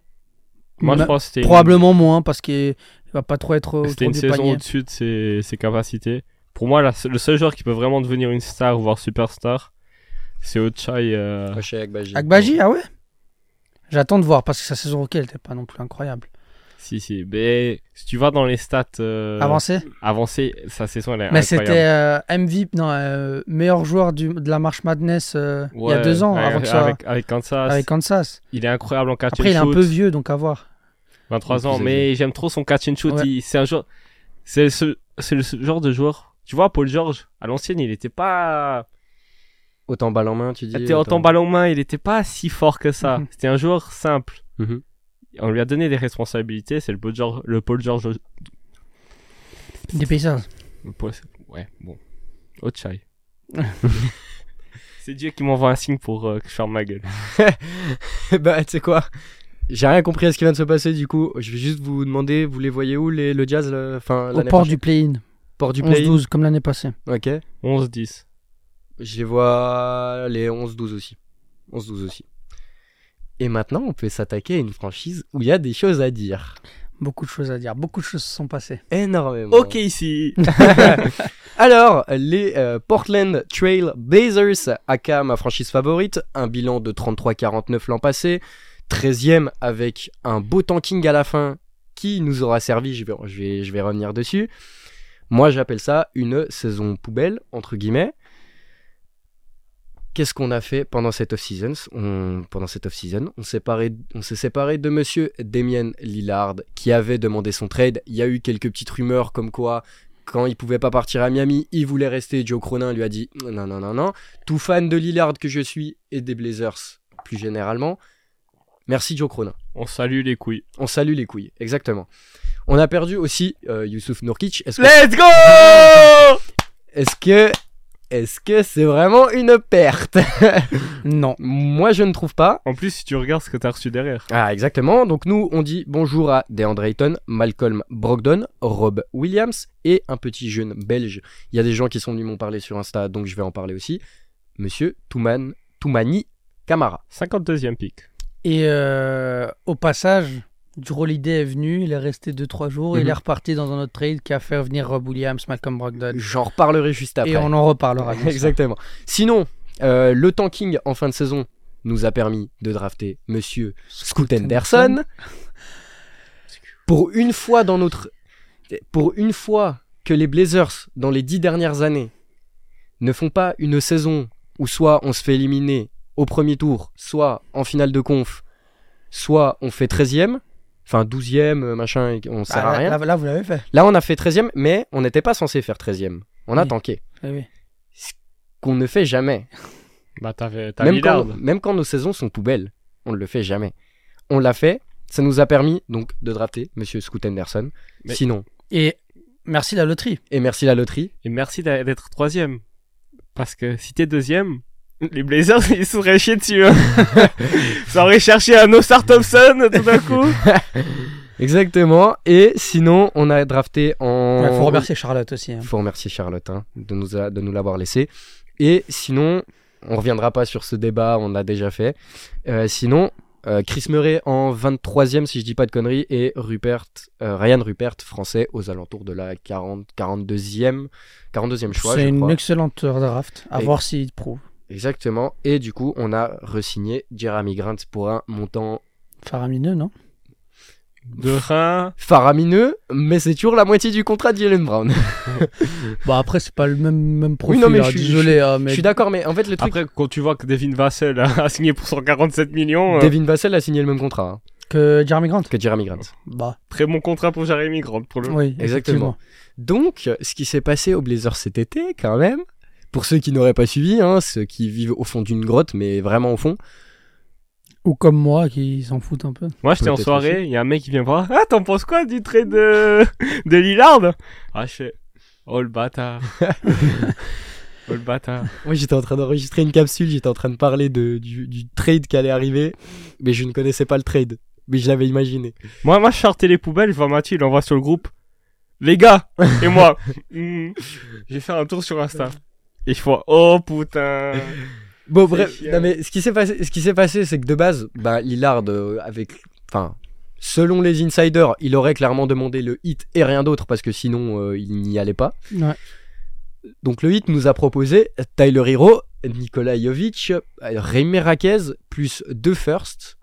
Moi, je
Ma-
pense que c'était une-
probablement moins parce qu'il va pas trop être au
c'était
autour
une
du
saison
panier.
au-dessus de ses, ses capacités. Pour moi, la se- le seul joueur qui peut vraiment devenir une star, voire superstar, c'est Ochai. euh,
Ouais, chez Agbaji.
Agbaji, ah ouais J'attends de voir parce que sa saison rookie, elle était pas non plus incroyable.
Si, si. Mais si tu vas dans les stats euh,
Avancé
avancées, sa saison, elle est
Mais
incroyable.
c'était euh, MVP, non, euh, meilleur joueur du, de la March Madness euh, il y a
Ouais,
deux ans,
avec,
avant que ça, avec,
Avec, avec Kansas, Ah,
Kansas.
il est incroyable en catch
Après,
and
il est un
shoot.
peu vieux, donc à voir.
23
Le
ans,
plus
mais j'aime trop son catch and shoot.
Ouais.
il- C'est un joueur. C'est ce- c'est le ce genre de joueur. Tu vois, Paul George, à l'ancienne, il était pas.
Autant balle en main, tu dis.
T'es en temps ballon main, il était pas si fort que ça.
Mhm.
C'était un joueur simple.
Mhm.
On lui a donné des responsabilités. C'est le, Paul George- le Paul George.
Des Pacers.
le Paul- Ouais, bon. Ochai. C'est Dieu qui m'envoie un signe pour euh, que je ferme ma gueule.
bah tu sais quoi, j'ai rien compris à ce qui vient de se passer. Du coup, je vais juste vous demander, vous les voyez où les, le jazz, le- enfin
Au
l'année
port
prochaine
du play-in.
port du play.
11-12, comme l'année passée.
Ok.
11-10.
Je les vois les 11-12 aussi. 11-12 aussi. Et maintenant, on peut s'attaquer à une franchise où il y a des choses à dire.
Beaucoup de choses à dire, beaucoup de choses se sont passées.
Énormément.
Ok, ici.
Alors, les euh, Portland Trail Blazers, aka ma franchise favorite, un bilan de 33-49 l'an passé, 13e avec un beau tanking à la fin qui nous aura servi, je vais, je vais, je vais revenir dessus. Moi, j'appelle ça une saison poubelle, entre guillemets. Qu'est-ce qu'on a fait pendant cette off-season on, Pendant cette off-season, on s'est séparé- on s'est séparé de monsieur Damien Lillard qui avait demandé son trade. Il y a eu quelques petites rumeurs comme quoi, quand il pouvait pas partir à Miami, il voulait rester. Joe Cronin lui a dit non, non, non, non. Tout fan de Lillard que je suis et des Blazers plus généralement, merci Joe Cronin.
On salue les couilles.
On salue les couilles, exactement. On a perdu aussi euh, Youssouf Nourkic. Est-ce que
Let's go
est-ce que est-ce que c'est vraiment une perte
Non.
Moi, je ne trouve pas.
En plus, si tu regardes ce que t'as reçu derrière.
Ah, exactement. Donc nous, on dit bonjour à DeAndre Ayton, Malcolm Brogdon, Rob Williams et un petit jeune belge. Il y a des gens qui sont venus m'en parler sur Insta, donc je vais en parler aussi. Monsieur Touman, Toumani Camara.
52e pick.
Et euh, au passage, Drolidé est venu, il est resté 2-3 jours, il
Mhm.
est reparti dans un autre trade qui a fait venir Rob Williams, Malcolm Brogdon.
J'en reparlerai juste après.
Et on en reparlera. bien sûr.
Exactement. Sinon, euh, le tanking en fin de saison nous a permis de drafter Monsieur Scoot Henderson. Pour une fois dans notre, pour une fois que les Blazers dans les dix dernières années ne font pas une saison où soit on se fait éliminer au premier tour, soit en finale de conf, soit on fait 13e, enfin 12e, machin, et on sert
Ah,
à
là-
rien.
Là, là, vous l'avez fait.
Là, on a fait 13e, mais on n'était pas censé faire 13e. On a
Oui.
tanké,
Oui, oui.
qu'on ne fait jamais.
Bah, t'avais- t'as
même
Lillard.
quand, même quand nos saisons sont tout belles, on ne le fait jamais. On l'a fait, ça nous a permis donc de drafter Monsieur Scoot Henderson.
Mais-
Sinon,
Et merci la loterie.
et merci la loterie.
Et merci d'a- d'être troisième. Parce que si t'es deuxième, les Blazers, ils se seraient chiés dessus. hein. Ça aurait cherché un Osar Thompson tout d'un coup.
Exactement. Et sinon, on a drafté en.
Il faut remercier Charlotte aussi. hein.
Faut remercier Charlotte hein, de nous, a- de nous l'avoir laissé. Et sinon, on reviendra pas sur ce débat, on l'a déjà fait. Euh, sinon, euh, Chris Murray en 23e, si je dis pas de conneries, et Rupert, euh, Ryan Rupert, français, aux alentours de la 40, 42e, 42e choix.
C'est
je
une
crois.
excellente draft. À
Et-
voir s'il prouve.
Exactement. Et du coup, on a re-signé Jeremy Grant pour un montant
Faramineux, non
De Rhin.
faramineux, mais c'est toujours la moitié du contrat de Jalen Brown.
Bah après, c'est pas le même, même
Oui,
profil.
non, mais
hein,
je suis-
Désolé, hein,
Je
mais
suis d'accord, mais en fait, le truc,
Après, quand tu vois que Devin Vassell a signé pour 147 millions, euh,
Devin Vassell a signé le même contrat hein,
que Jeremy Grant
que Jeremy Grant.
Bah,
très bon contrat pour Jeremy Grant pour le.
oui,
Mmh. Exactement.
exactement.
Donc, ce qui s'est passé au Blazers cet été, quand même, pour ceux qui n'auraient pas suivi, hein, ceux qui vivent au fond d'une grotte, mais vraiment au fond,
Ou comme moi, qui s'en foutent un peu.
Moi, j'étais en
Peut-être
soirée, il y a un mec qui vient me voir. Ah, t'en penses quoi du trait de, de Lillard Ah, je fais. Oh le bâtard. oh le bâtard.
moi j'étais en train d'enregistrer une capsule, j'étais en train de parler de, du, du trade qui allait arriver, mais je ne connaissais pas le trade, mais je l'avais imaginé.
Moi, moi, je sortais les poubelles, je vois Mathieu, il envoie sur le groupe. Les gars Et moi hmm, J'ai fait un tour sur Insta. Et je vois, oh putain
Bon
C'est
bref,
chiant.
non, mais ce qui s'est passé, ce qui s'est passé, c'est que de base, bah, Lillard euh, avec, enfin, selon les insiders, il aurait clairement demandé le hit et rien d'autre parce que sinon euh, il n'y allait pas.
Ouais.
Donc le hit nous a proposé Tyler Hero, Nikola Jovic, euh, Rémi Raquez plus deux firsts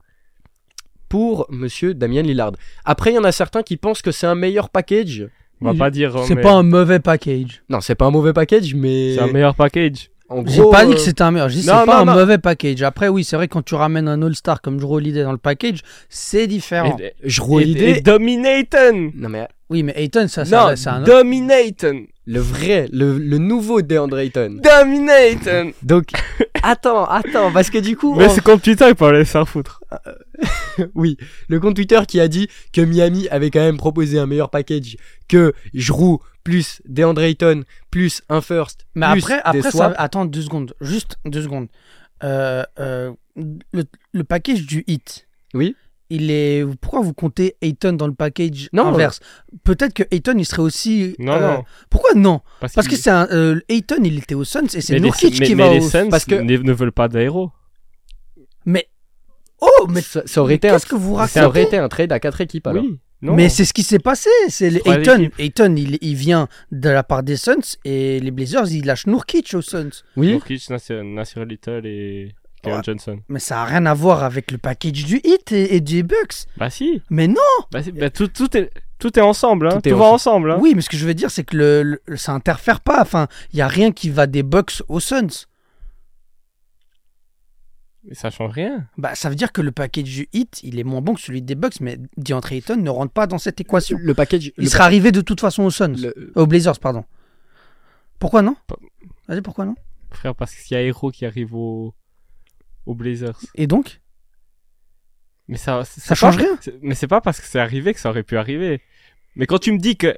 pour Monsieur Damien Lillard. Après, il y en a certains qui pensent que c'est un meilleur package.
On va
Il-
pas dire. hein,
C'est
mais
pas un mauvais package.
Non, c'est pas un mauvais package, mais
C'est un meilleur package.
en
J'ai
gros,
pas dit que
euh,
c'était un meilleur. J'ai dit c'est
non,
pas
non,
un
non.
mauvais package. Après, oui, c'est vrai que quand tu ramènes un All-Star comme Drew Holiday dans le package, c'est différent.
Et-
je
et-
roule
et
l'idée.
Dominaton
Non mais
Oui, mais Ayton, ça, ça
Non,
c'est un autre.
Dominaton
le vrai, le, le nouveau DeAndre Ayton.
Dominaton
Donc, attends, attends, parce que du coup,
Mais
on-
c'est comme Twitter, il peut aller s'en foutre.
oui, le compte Twitter qui a dit que Miami avait quand même proposé un meilleur package que Jrou plus DeAndre Ayton plus un first.
Mais
plus
après,
des
après ça...
swaps.
attends deux secondes. Juste deux secondes. Euh, euh, le, le package du hit.
Oui.
Il est. Pourquoi vous comptez Ayton dans le package
Non.
inverse Peut-être que Ayton il serait aussi.
Non,
euh,
non.
Pourquoi non Parce
qu'il-
que c'est un. euh, Ayton il était au Suns et c'est
mais
Nurkic
les, mais-
qui
mais
va
les
au.
Suns
parce que-
ne, ne veulent pas d'aéro.
Mais. Oh, mais.
ça, ça aurait
mais
été un,
Qu'est-ce que vous
ça aurait
racontez
été un trade à quatre équipes alors.
Oui. Non.
Mais c'est ce qui s'est passé. C'est les-
Trois
Ayton.
équipes.
Ayton, il, il vient de la part des Suns et les Blazers, ils lâchent Nurkic aux Suns.
Oui,
Nurkic, Nasir Nasir Little et. Karen
Ouais.
Johnson.
Mais ça n'a rien à voir avec le package du hit et, et du Bucks.
Bah si,
Mais non
bah, si. Bah, tout, tout est, tout est ensemble, hein.
Tout
tout,
est
va ensemble. hein.
Oui, mais ce que je veux dire, c'est que le, le- ça interfère pas. Enfin, il n'y a rien qui va des Bucks aux Suns.
Mais ça change rien.
Bah, ça veut dire que le package du hit, il est moins bon que celui des Bucks, mais DeAndre Ayton ne rentre pas dans cette équation.
Le package.
Il
le
sera arrivé de toute façon aux Suns.
le-
Aux Blazers, pardon. Pourquoi non
Pa-
Vas-y, pourquoi non
Frère, parce qu'il y a Hero qui arrive au, au Blazers.
Et donc
Mais ça, c'est-
Ça
c'est
change
pas-
rien.
c'est- Mais c'est pas parce que c'est arrivé que ça aurait pu arriver. Mais quand tu me dis que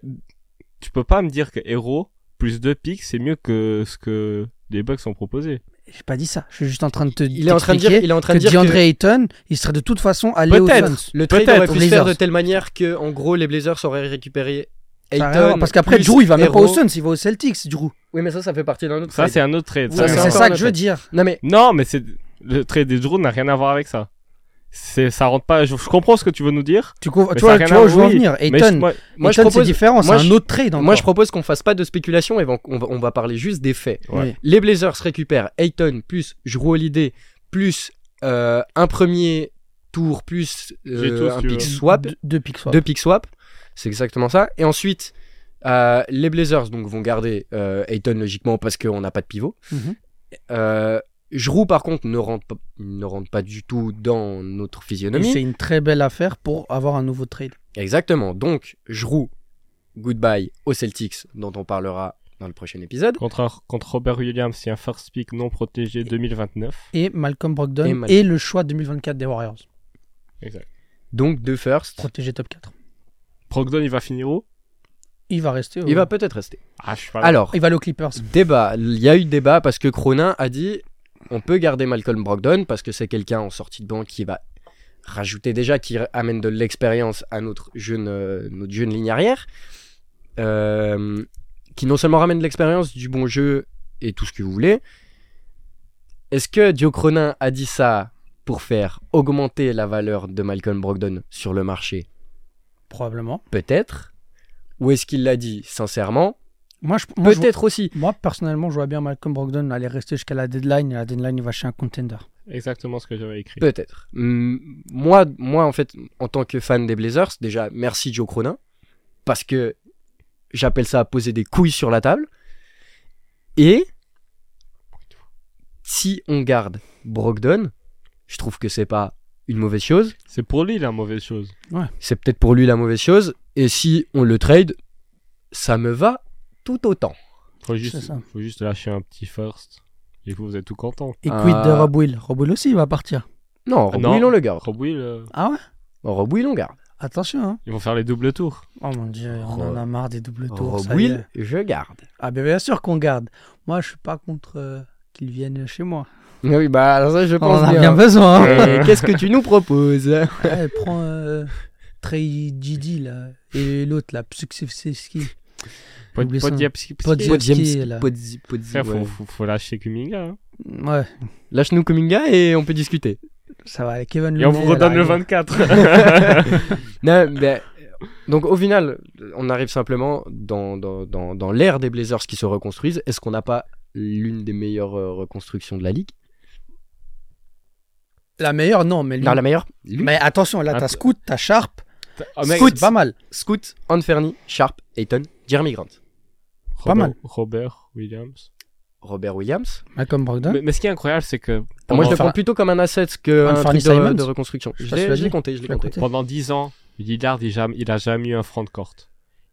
tu peux pas me dire que Hero plus deux pics c'est mieux que ce que les Bucks ont proposé.
J'ai pas dit ça. Je suis juste en train de te
il est en train de dire,
t'expliquer
il est en train
que
de dire
DeAndre
que
Ayton, il serait de toute façon allé aux
Peut-être.
Suns.
le trade
Peut-être,
aurait pu se
Blazers.
faire de telle manière que, en gros, les Blazers auraient récupéré
Ça a rien à voir,
Ayton.
Parce qu'après,
plus
Drew, il va même pas aux
Hero.
Suns, il va aux Celtics, Drew.
Oui, mais ça, ça fait partie d'un autre.
Ça,
trade.
c'est un autre trade.
Oui,
Ça,
Mais
c'est
c'est un
C'est
encore
autre-
ça
un
que
autre
je veux dire.
Non mais
Non, mais c'est le trade des Drew n'a rien à voir avec ça. C'est ça rentre pas. Je, je comprends ce que tu veux nous dire.
Tu, co-
mais
tu
ça a
vois,
rien
tu
à-
vois où je veux en
oui,
venir.
mais je-
Ayton,
moi-
moi je
Ayton, c'est
propose.
différent, c'est
moi, je-
un autre trade.
Moi,
encore.
je propose qu'on fasse pas de spéculation et on va, on va parler juste des faits.
Ouais.
Les Blazers récupèrent Ayton plus Jrue Holiday plus euh, un premier tour plus euh,
J'ai tout, si
un
tu
pick
veux.
swap,
Deux- Deux picks swap.
deux pick swap, c'est exactement ça. Et ensuite, euh, les Blazers donc vont garder euh, Ayton logiquement parce qu'on n'a pas de pivot.
Mhm.
Euh, Jrue, par contre ne rentre pas, ne rentre pas du tout dans notre
Et
physionomie.
C'est une très belle affaire pour avoir un nouveau trade.
Exactement. Donc Jrue, goodbye aux Celtics dont on parlera dans le prochain épisode.
Contre, un- contre Robert Williams, c'est un first pick non protégé 2029.
Et Malcolm Brogdon
Et
et,
Mal-
le choix 2024 des Warriors.
Exact.
Donc deux first.
Protégé top 4.
Brogdon, il va finir où
Il va rester. au-
Il va peut-être rester.
Ah, je suis pas là.
Alors,
Il va aller aux Clippers.
débat. Il y a eu débat parce que Cronin a dit on peut garder Malcolm Brogdon parce que c'est quelqu'un en sortie de banc qui va rajouter déjà, qui amène de l'expérience à notre jeune, euh, notre jeune ligne arrière. Euh, qui non seulement ramène de l'expérience, du bon jeu et tout ce que vous voulez. Est-ce que Dio Cronin a dit ça pour faire augmenter la valeur de Malcolm Brogdon sur le marché
Probablement.
Peut-être. Ou est-ce qu'il l'a dit sincèrement
Moi, je, moi, je-
Peut-être aussi.
moi, personnellement, je vois bien Malcolm Brogdon aller rester jusqu'à la deadline. Et à la deadline, il va chez un contender.
Exactement ce que j'avais écrit.
Peut-être. Mm, Moi, moi, en fait, en tant que fan des Blazers, déjà, merci Joe Cronin, parce que j'appelle ça poser des couilles sur la table. Et si on garde Brogdon, je trouve que c'est pas une mauvaise chose.
C'est pour lui la mauvaise chose.
C'est peut-être pour lui la mauvaise chose. Et si on le trade, ça me va tout autant.
Faut
C'est
juste,
ça.
faut juste lâcher un petit first. Et vous, vous êtes tout content.
Et
Ah.
quid de Rob Will Rob Will aussi, il va partir.
Non,
Ah non.
Robouille, on le garde.
Rob Will, euh,
Ah ouais
Robouille, on garde.
Attention, hein.
ils vont faire les doubles tours.
Oh mon dieu, on
Ro-
en a marre des doubles tours. Oh, ça y est.
Robouille, je garde.
Ah, ben bien sûr qu'on garde. Moi, je suis pas contre euh, qu'ils viennent chez moi.
Mais oui, bah, alors ça, je
On en
pense
a
bien.
bien besoin. hein.
Et Qu'est-ce que tu nous proposes
Ouais, prends euh, Trey Gidi là et l'autre là, Psuksevski.
Pod,
Oubliez ça.
Podziemski-
Podzi- Podziemski, là.
Podzi- Podzi-
Frère,
ouais.
faut, faut, faut lâcher Kuminga. hein.
Ouais,
Lâche-nous Kuminga et on peut discuter.
ça va avec Kevin
Et on
Looney,
vous
à
redonne le
l'arrière.
24.
Non, ben, donc au final, on arrive simplement dans, dans, dans, dans l'ère des Blazers qui se reconstruisent. Est-ce qu'on n'a pas l'une des meilleures euh, reconstructions de la ligue
La meilleure, non, mais lui.
Non, la meilleure Lui.
Mais attention, là, t'as
Att-
Scoot, t'as Sharp.
Ah, mec,
Scoot, c'est pas mal.
Scoot, Anferny, Sharp, Ayton, Jeremy Grant,
Robert-
pas mal.
Robert Williams.
Robert Williams.
Malcolm Brogdon.
Mais, mais ce qui est incroyable, c'est que pendant,
Moi, je le
Anfer-
prends plutôt comme un asset qu'un
Anferny
truc de,
Simons
de reconstruction.
Je sais
Je
pas si tu
l'ai
l'as
je l'ai
dit.
compté, je l'ai
l'as
compté.
compté.
pendant 10 ans, Lillard, il, jamais, il a jamais eu un front court.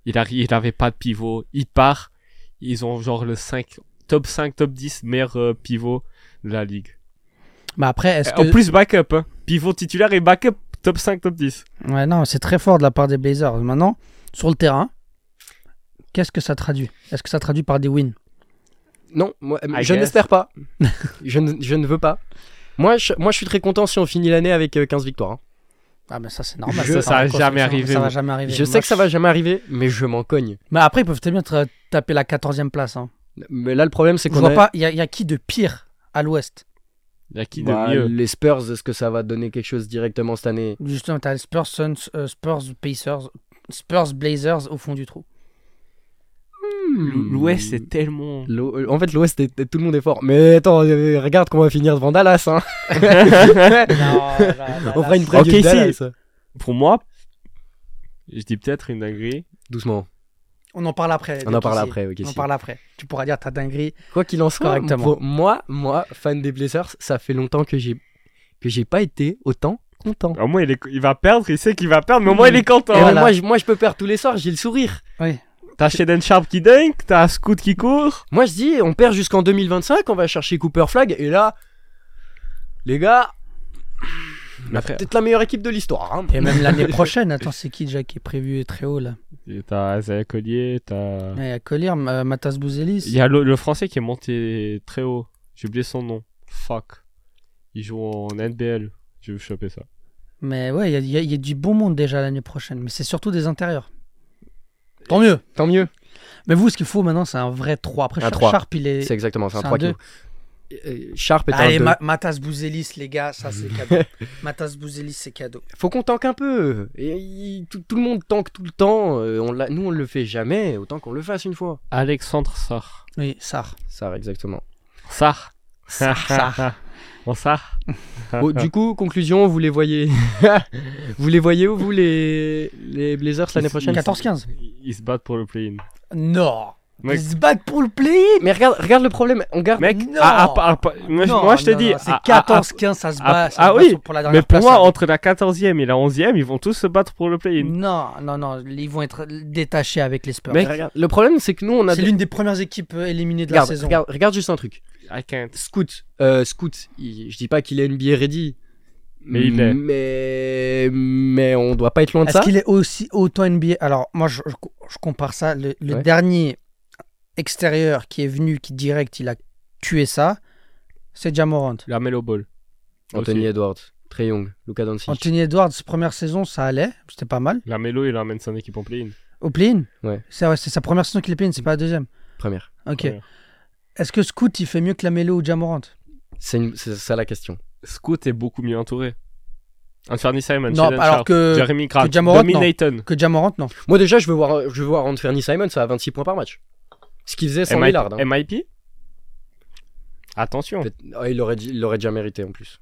Il, a, il avait pas de pivot. Il part. Ils ont genre le 5, top 5, top 10 meilleur euh, pivot de la ligue.
Mais après, est-ce
En
que.
plus, backup. hein. Pivot titulaire et backup top 5, top 10.
Ouais, non, c'est très fort de la part des Blazers. Maintenant, sur le terrain, qu'est-ce que ça traduit Est-ce que ça traduit par des wins
Non, moi, euh,
I
je
guess.
n'espère pas. je, ne, je ne veux pas. Moi je, moi, je suis très content si on finit l'année avec euh, 15 victoires. hein.
Ah, mais ça, c'est normal.
Je-
c'est
ça
par
va
la construction,
jamais arriver,
Ça va
moi.
jamais arriver.
Je sais
Moi,
que ça va jamais arriver, mais je m'en cogne.
Mais après, ils peuvent très bien te taper la 14e place. Hein.
Mais là, le problème, c'est
Je
qu'on
vois
a-
pas, il y, a- il y a qui de pire à l'ouest
Il y a qui
Bah,
de mieux
les Spurs, est-ce que ça va donner quelque chose directement cette année
Justement, t'as les Spurs, Suns, euh, Spurs, Pacers, Spurs, Blazers au fond du trou.
Hmm.
L'Ouest est tellement.
L'O- euh, En fait, l'Ouest, est- est- tout le monde est fort. Mais attends, euh, regarde comment va finir devant Dallas. Hein.
Non, là, là,
On
là,
fera une
c'est-
preview
Ok,
de Dallas.
Pour moi, je dis peut-être une dinguerie.
Doucement,
On en parle après.
on
de
en parle
Casey.
après. ok,
On en
si.
parle après. Tu pourras dire ta dinguerie.
Quoi qu'il en soit,
Correctement.
pour moi, moi, fan des Blazers, ça fait longtemps que j'ai que j'ai pas été autant content.
Au moins, il, est- il va perdre, il sait qu'il va perdre, mais au moins, il est content.
Et
voilà.
moi, je, moi, je peux perdre tous les soirs, j'ai le sourire.
T'as Shaden Sharp qui dunk, t'as Scoot qui court.
Moi, je dis, on perd jusqu'en 2025, on va chercher Cooper Flag, et là, les gars, on a
frère.
peut-être la meilleure équipe de l'histoire. hein.
Et même l'année prochaine, attends, c'est qui déjà qui est prévu très haut là
Et T'as Isaiah Collier, t'as.
Il y a Collier, euh, Matas Bouzelis.
Il y a le, le français qui est monté très haut. J'ai oublié son nom. Fuck. Il joue en NBL. Je vais choper ça.
Mais ouais, il y a- il y, a- il y a du bon monde déjà l'année prochaine. Mais c'est surtout des intérieurs. Tant mieux.
Tant mieux.
Mais vous, ce qu'il faut maintenant, c'est un vrai 3. Après,
Un
Sharp,
trois.
Sharp, il est.
C'est exactement, c'est un
c'est un
3
deux.
kilos. Euh, Sharp est
Allez,
un 2.
Ma- Matas Bouzelis, les gars, ça c'est cadeau. Matas Bouzelis, c'est cadeau.
Faut qu'on tanque un peu. Et, il- tout, tout le monde tanque tout le temps. euh, on l'a- nous, on le fait jamais, autant qu'on le fasse une fois.
Alexandre Sar.
Oui, Sar.
Ça, exactement.
Sar.
Sar.
Bon, Sar.
Bon, Oh, du coup, conclusion, vous les voyez. vous les voyez où, vous, les, les Blazers l'année prochaine
14-15.
Ils se battent pour le play-in.
Non.
Mec.
Ils se battent pour le play
Mais regarde, regarde le problème. On garde.
Mec,
Ah, Non.
à- à- à- à- moi, je- moi, je te dis.
C'est
à- à-
14-15, ça se
ah,
bat. ça se
ah
bat
oui,
sur- pour la
à-
dernière
Mais pour
place, hein.
moi,
ça va.
entre la 14e et la 11e, ils vont tous se battre pour le play-in.
Non, non, non, ils vont être détachés avec les Spurs.
Mec,
Regarde. Le problème, c'est que nous, on a.
c'est
des-
l'une des premières équipes euh, éliminées de
regarde,
la saison.
regarde, regarde juste un truc.
I can't.
Scoot. euh, Scoot, il- je dis pas qu'il est NBA ready.
Mais il est.
Mais, mais on doit pas être loin de
Est-ce
ça.
qu'il est aussi autant NBA Alors, moi, je, je- je compare ça. Le, le
Ouais.
dernier extérieur qui est venu, qui direct, il a tué ça, c'est Jamorant.
La Melo Ball.
Anthony
Aussi.
Edwards, Trey Young, Luka Doncic.
Anthony Edwards, première saison, ça allait, c'était pas mal.
La Melo, il emmène son équipe en play-in.
Au play-in
Ouais.
C'est ouais, c'est sa première saison qu'il est play-in, c'est pas la deuxième.
Première.
Ok.
Première.
Est-ce que Scoot, il fait mieux que Lamelo ou Jamorant
C'est une- c'est ça la question.
Scoot est beaucoup mieux entouré. Anthony Simon,
Non,
Shaden
alors
Sharp,
que-
Jeremy Grant,
que Jamorant,
Domi
non.
Nathan.
Que Jamorant, non.
Moi déjà, je veux voir, je veux voir Anthony Simon, ça à 26 points par match. Ce qu'il faisait sans
MIP.
Lillard. hein.
MIP Attention.
Peut-être- ah, il l'aurait il l'aurait déjà mérité en plus.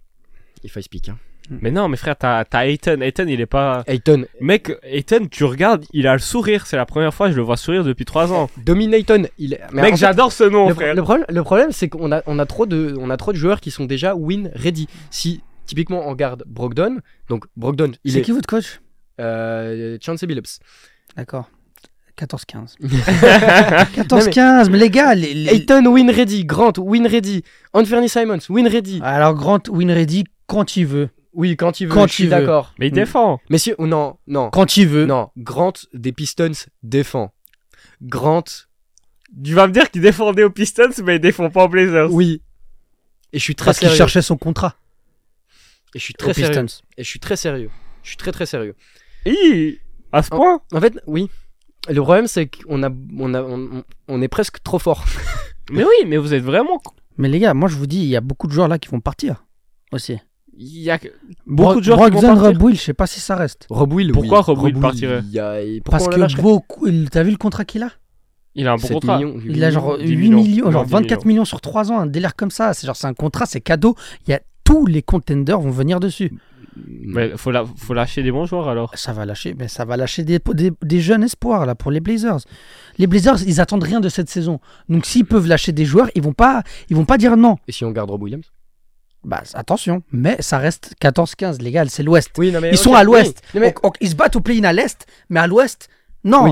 Il fait speak. Hein.
Mais non, mais frère, t'as t'as Ayton. Ayton, il est pas.
Ayton,
Mec, Ayton, tu regardes, il a le sourire. C'est la première fois que je le vois sourire depuis 3 ans.
Domine Ayton, il est. mais
Mec,
en fait,
j'adore ce nom,
le,
frère.
le problème, le problème, c'est qu'on a, on a trop de, on a trop de joueurs qui sont déjà win ready. Si typiquement on garde Brogdon, donc Brogdon, il
C'est
est,
qui votre coach
euh, Chauncey Billups.
D'accord. 14-15.
Non, mais-
14-15, mais... les gars, les, les-
Ayton win ready, Grant win ready, Anthony Simons win ready.
Alors Grant Winredy quand il veut.
Ah, Oui, quand il veut.
Quand
je suis
il veut.
d'accord.
Mais il défend.
Mais si, oh, non, non,
Quand il veut.
non. Grant des Pistons défend. Grant,
Tu vas me dire qu'il défendait aux Pistons, mais il défend pas aux Blazers.
oui. Et je suis très
parce qu'il
sérieux.
cherchait son contrat
Et je suis
aux
très sérieux.
Pistons.
Et je suis très sérieux. Je suis très très sérieux.
Hi, à
Oh.
ce point
En fait, oui. Le problème, c'est qu'on a, on a, on, on est presque trop fort.
Mais oui, mais vous êtes vraiment.
Mais les gars, moi je vous dis, il y a beaucoup de joueurs là qui vont partir aussi.
Il y a beaucoup de joueurs qui vont
Brogdon
partir.
Rob Will, je sais pas si ça reste.
Rob Will,
Pourquoi
oui.
Rob Will partirait
il y a- et pourquoi
Parce
on le
que
lâcherait
beaucoup, il- t'as vu le contrat qu'il a
Il a un bon
7
contrat.
millions,
Il a genre
10
8 millions,
millions.
genre
Non, 10
24 millions. sur 3 ans, un délire comme ça. C'est genre c'est un contrat, c'est cadeau. Il y a tous les contenders vont venir dessus.
Mais faut, la- faut lâcher des bons joueurs alors.
Bah, Ça va lâcher, mais ça va lâcher des, des, des jeunes espoirs là pour les Blazers. Les Blazers, ils attendent rien de cette saison. Donc s'ils peuvent lâcher des joueurs, ils vont pas, ils vont pas dire non.
Et si on garde Rob Williams
Bah attention, mais ça reste 14-15, les gars, c'est l'Ouest.
Oui, non, mais
Ils sont à l'Ouest.
Oui, mais-
Donc, ok, ils se battent au play-in à l'Est, mais à l'Ouest, non,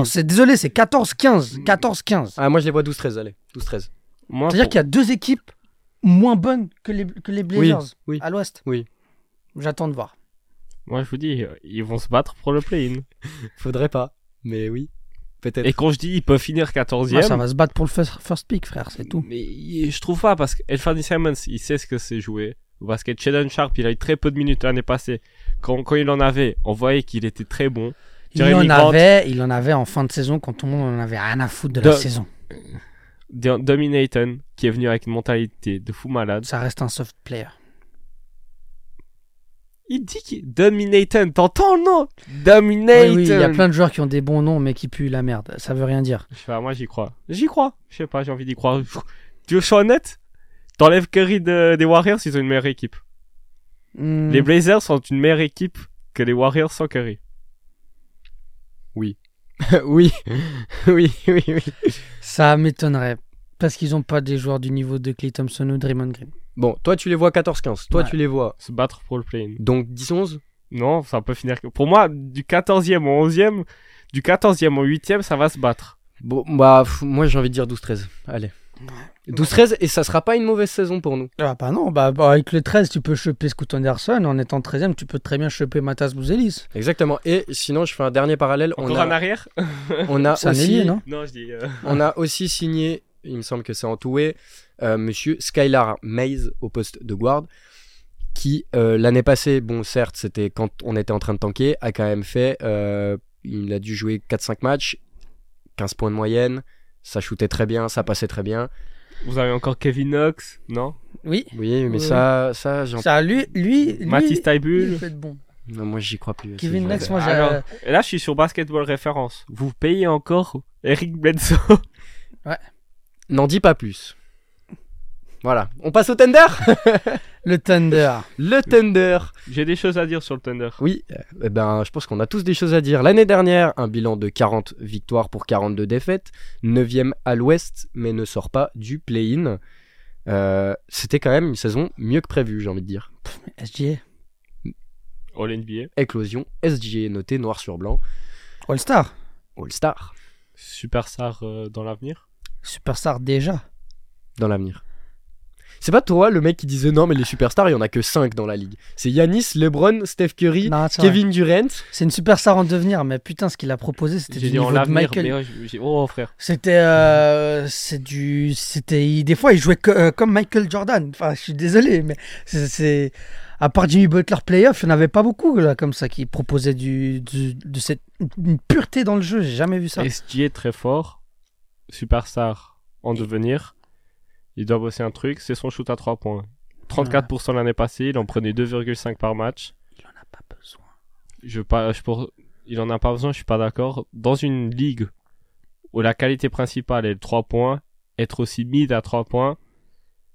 Oui.
c'est désolé, c'est 14-15. 14-15.
Ah, moi, je les vois 12-13, allez. 12-13.
Moi,
C'est-à-dire
pour-
qu'il y a deux équipes moins bonnes que les, que les Ah.
Oui,
Blazers
oui.
à l'Ouest.
Oui.
J'attends de voir.
Moi, je vous dis, euh, ils vont se battre pour le play-in.
Faudrait pas. Mais oui. Peut-être.
Et quand je dis ils peuvent finir
Ah, ça
14e,
va se battre pour le first, first pick, frère, c'est tout.
mais il- je trouve pas parce que Anthony Simons, il sait ce que c'est jouer. Au basket, Sheldon Sharp, il a eu très peu de minutes l'année passée. Quand, quand il en avait, on voyait qu'il était très bon.
Il en,
Jeremy Grant.
avait, il en avait en fin de saison quand tout le monde en avait rien à foutre de la
De-
saison.
D- Dominaton, qui est venu avec une mentalité de fou malade.
Ça reste un soft player.
Il dit qu'il Dominaton, t'entends le nom
Oui,
Dominaton
Ah oui, il
euh,
y a plein de joueurs qui ont des bons noms mais qui puent la merde. Ça veut rien dire.
Je sais pas, moi j'y crois. J'y crois. Je sais pas, j'ai envie d'y croire. Tu veux que je sois honnête T'enlèves Curry de- des Warriors, ils ont une meilleure équipe.
Hmm,
Les Blazers sont une meilleure équipe que les Warriors sans Curry.
oui. oui, oui, oui.
Ça m'étonnerait parce qu'ils ont pas des joueurs du niveau de Clay Thompson ou Draymond Green.
Bon, toi, tu les vois 14-15. Toi,
Ouais.
tu les vois.
Se battre pour le play-in.
Donc 10-11
Non, ça peut finir que. Pour moi, du 14e au 11e, du 14e au 8e, ça va se battre.
Bon, bah, pff, moi, j'ai envie de dire 12-13. Allez. 12-13, et ça sera pas une mauvaise saison pour nous.
Ah bah non, bah, bah avec le 13 tu peux choper Scoot Anderson, en étant 13ème tu peux très bien choper Matas Bouzelis.
Exactement. Et sinon, je fais un dernier parallèle. On
Encore en
a,
arrière
on a
Ah,
C'est un
aussi-
ailier, non
Non, je dis. euh,
On a aussi signé, il me semble que c'est Antoué, euh, monsieur Skylar Mays au poste de guard, qui euh, l'année passée, bon certes c'était quand on était en train de tanker, a quand même fait, euh, il a dû jouer 4-5 matchs, 15 points de moyenne, ça shootait très bien, ça passait très bien.
Vous avez encore Kevin Knox, non
Oui,
Oui, mais
Oui.
ça, ça, j'en-
ça lui, lui, lui,
Matisse
lui, il
Taibul.
peut être bon.
non, moi j'y crois plus.
Kevin
C'est-
Knox, moi j'ai...
Alors. Et là, je suis sur Basketball Référence. Vous payez encore Eric Bledsoe.
N'en dis pas plus. Voilà, on passe au tender
le Thunder.
Le tender
J'ai des choses à dire sur le Thunder.
Oui, euh, eh ben, je pense qu'on a tous des choses à dire. L'année dernière, un bilan de 40 victoires pour 42 défaites, 9e à l'ouest, mais ne sort pas du play-in. Euh, C'était quand même une saison mieux que prévue, j'ai envie de dire.
SGA,
All NBA.
Éclosion, SGA noté noir sur blanc,
All-Star,
All-Star
Superstar euh, dans l'avenir.
superstar déjà.
dans l'avenir. C'est pas toi le mec qui disait non, mais les superstars, il y en a que 5 dans la ligue. C'est Yanis, LeBron, Steph Curry,
Non, c'est vrai.
Kevin Durant.
C'est une superstar en devenir, mais putain, ce qu'il a proposé, c'était
J'ai
du
dit en
niveau de
l'avenir,
Michael.
mais ouais, j'ai- j'ai- oh frère.
C'était, euh, c'est du, c'était, il- des fois, il jouait co- euh, comme Michael Jordan. Enfin, je suis désolé, mais c'est, c'est- à part Jimmy Butler playoff, il n'y en avait pas beaucoup là comme ça qui proposaient du, du- de cette une pureté dans le jeu. J'ai jamais vu ça.
SGA très fort. Superstar en devenir. Il doit bosser un truc, c'est son shoot à 3 points. 34% l'année passée, il en prenait 2,5 par match.
Il en a pas besoin.
Je pas, je pour- il en a pas besoin, je suis pas d'accord. Dans une ligue où la qualité principale est le 3 points, être aussi mid à 3 points,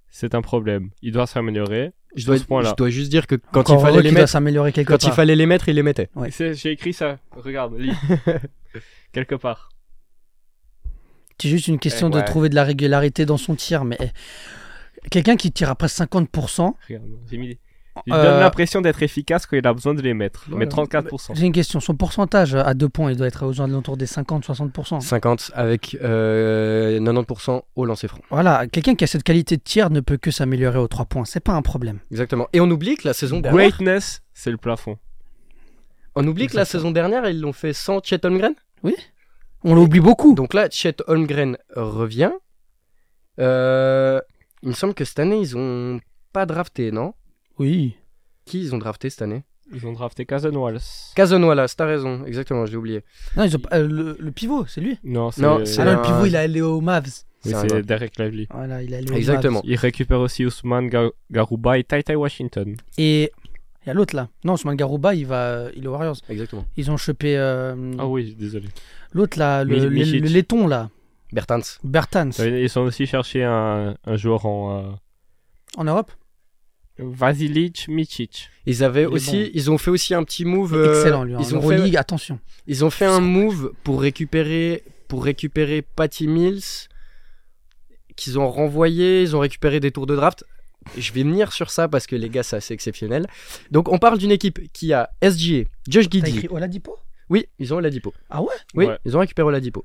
c'est un problème. Il doit s'améliorer.
Je dois,
ce point-là.
je dois juste dire que quand
Encore
il fallait les
heureux qu'il doit
mettre,
s'améliorer quelque
quand il
part.
fallait les mettre, il les mettait.
Ouais.
C'est- J'ai écrit ça, regarde, lis. Quelque part.
C'est juste une
Eh
question
ouais.
de trouver de la régularité dans son tir, mais quelqu'un qui tire après 50%.
Regarde, j'ai mis. Il
euh,
donne l'impression d'être efficace quand il a besoin de les mettre.
Voilà.
Mais 34%.
J'ai une question. Son pourcentage à deux points, il doit être aux alentours des 50-60%.
50 avec euh, 90% au lancer franc.
Voilà, quelqu'un qui a cette qualité de tir ne peut que s'améliorer aux trois points. C'est pas un problème.
Exactement. Et on oublie que la saison
Bah
dernière,
Greatness, c'est le plafond.
on oublie que la saison dernière, ils l'ont fait sans Chet Holmgren.
On l'oublie beaucoup.
Donc là, Chet Holmgren revient. Euh, il me semble que cette année, ils ont pas drafté, non
oui.
Qui ils ont drafté cette année
Ils ont drafté Kazan Walls.
Kazon Wallace, t'as raison, exactement, je l'ai oublié.
Non, ils ont pas- euh, le, le pivot, c'est lui.
Non, c'est
Non,
euh,
c'est
Ah
oui,
non,
un-
le pivot, il est allé au Mavs.
c'est un
c'est
autre.
Derek Lively.
Voilà, il est allé au
Exactement.
Mavs.
Il récupère aussi Ousmane Ga- Garuba et Tai Tai Washington.
Et il y a l'autre là. Non, Ousmane Garouba, il va, il est aux Warriors.
Exactement.
Ils ont chopé euh,
Ah oui, désolé.
l'autre là, le,
Mi-
le-
Micic.
le laiton là,
Bertans.
Bertans,
Euh, Ils ont aussi cherché un, un joueur en.
en Europe.
euh, Vasilic Micic.
Ils avaient
Il est
aussi,
bon.
ils ont fait aussi un petit move. euh,
Excellent lui. hein.
ils
Ils
ont fait,
Euroleague, attention.
ils ont fait un move pour récupérer, pour récupérer Patty Mills, qu'ils ont renvoyé, ils ont récupéré des tours de draft. Je vais venir sur ça parce que les gars, c'est assez exceptionnel. Donc, on parle d'une équipe qui a SGA, Josh
T'as
Giddy.
écrit Oladipo
Oui, ils ont Oladipo.
Ah ouais
Oui,
Ouais.
ils ont récupéré Oladipo.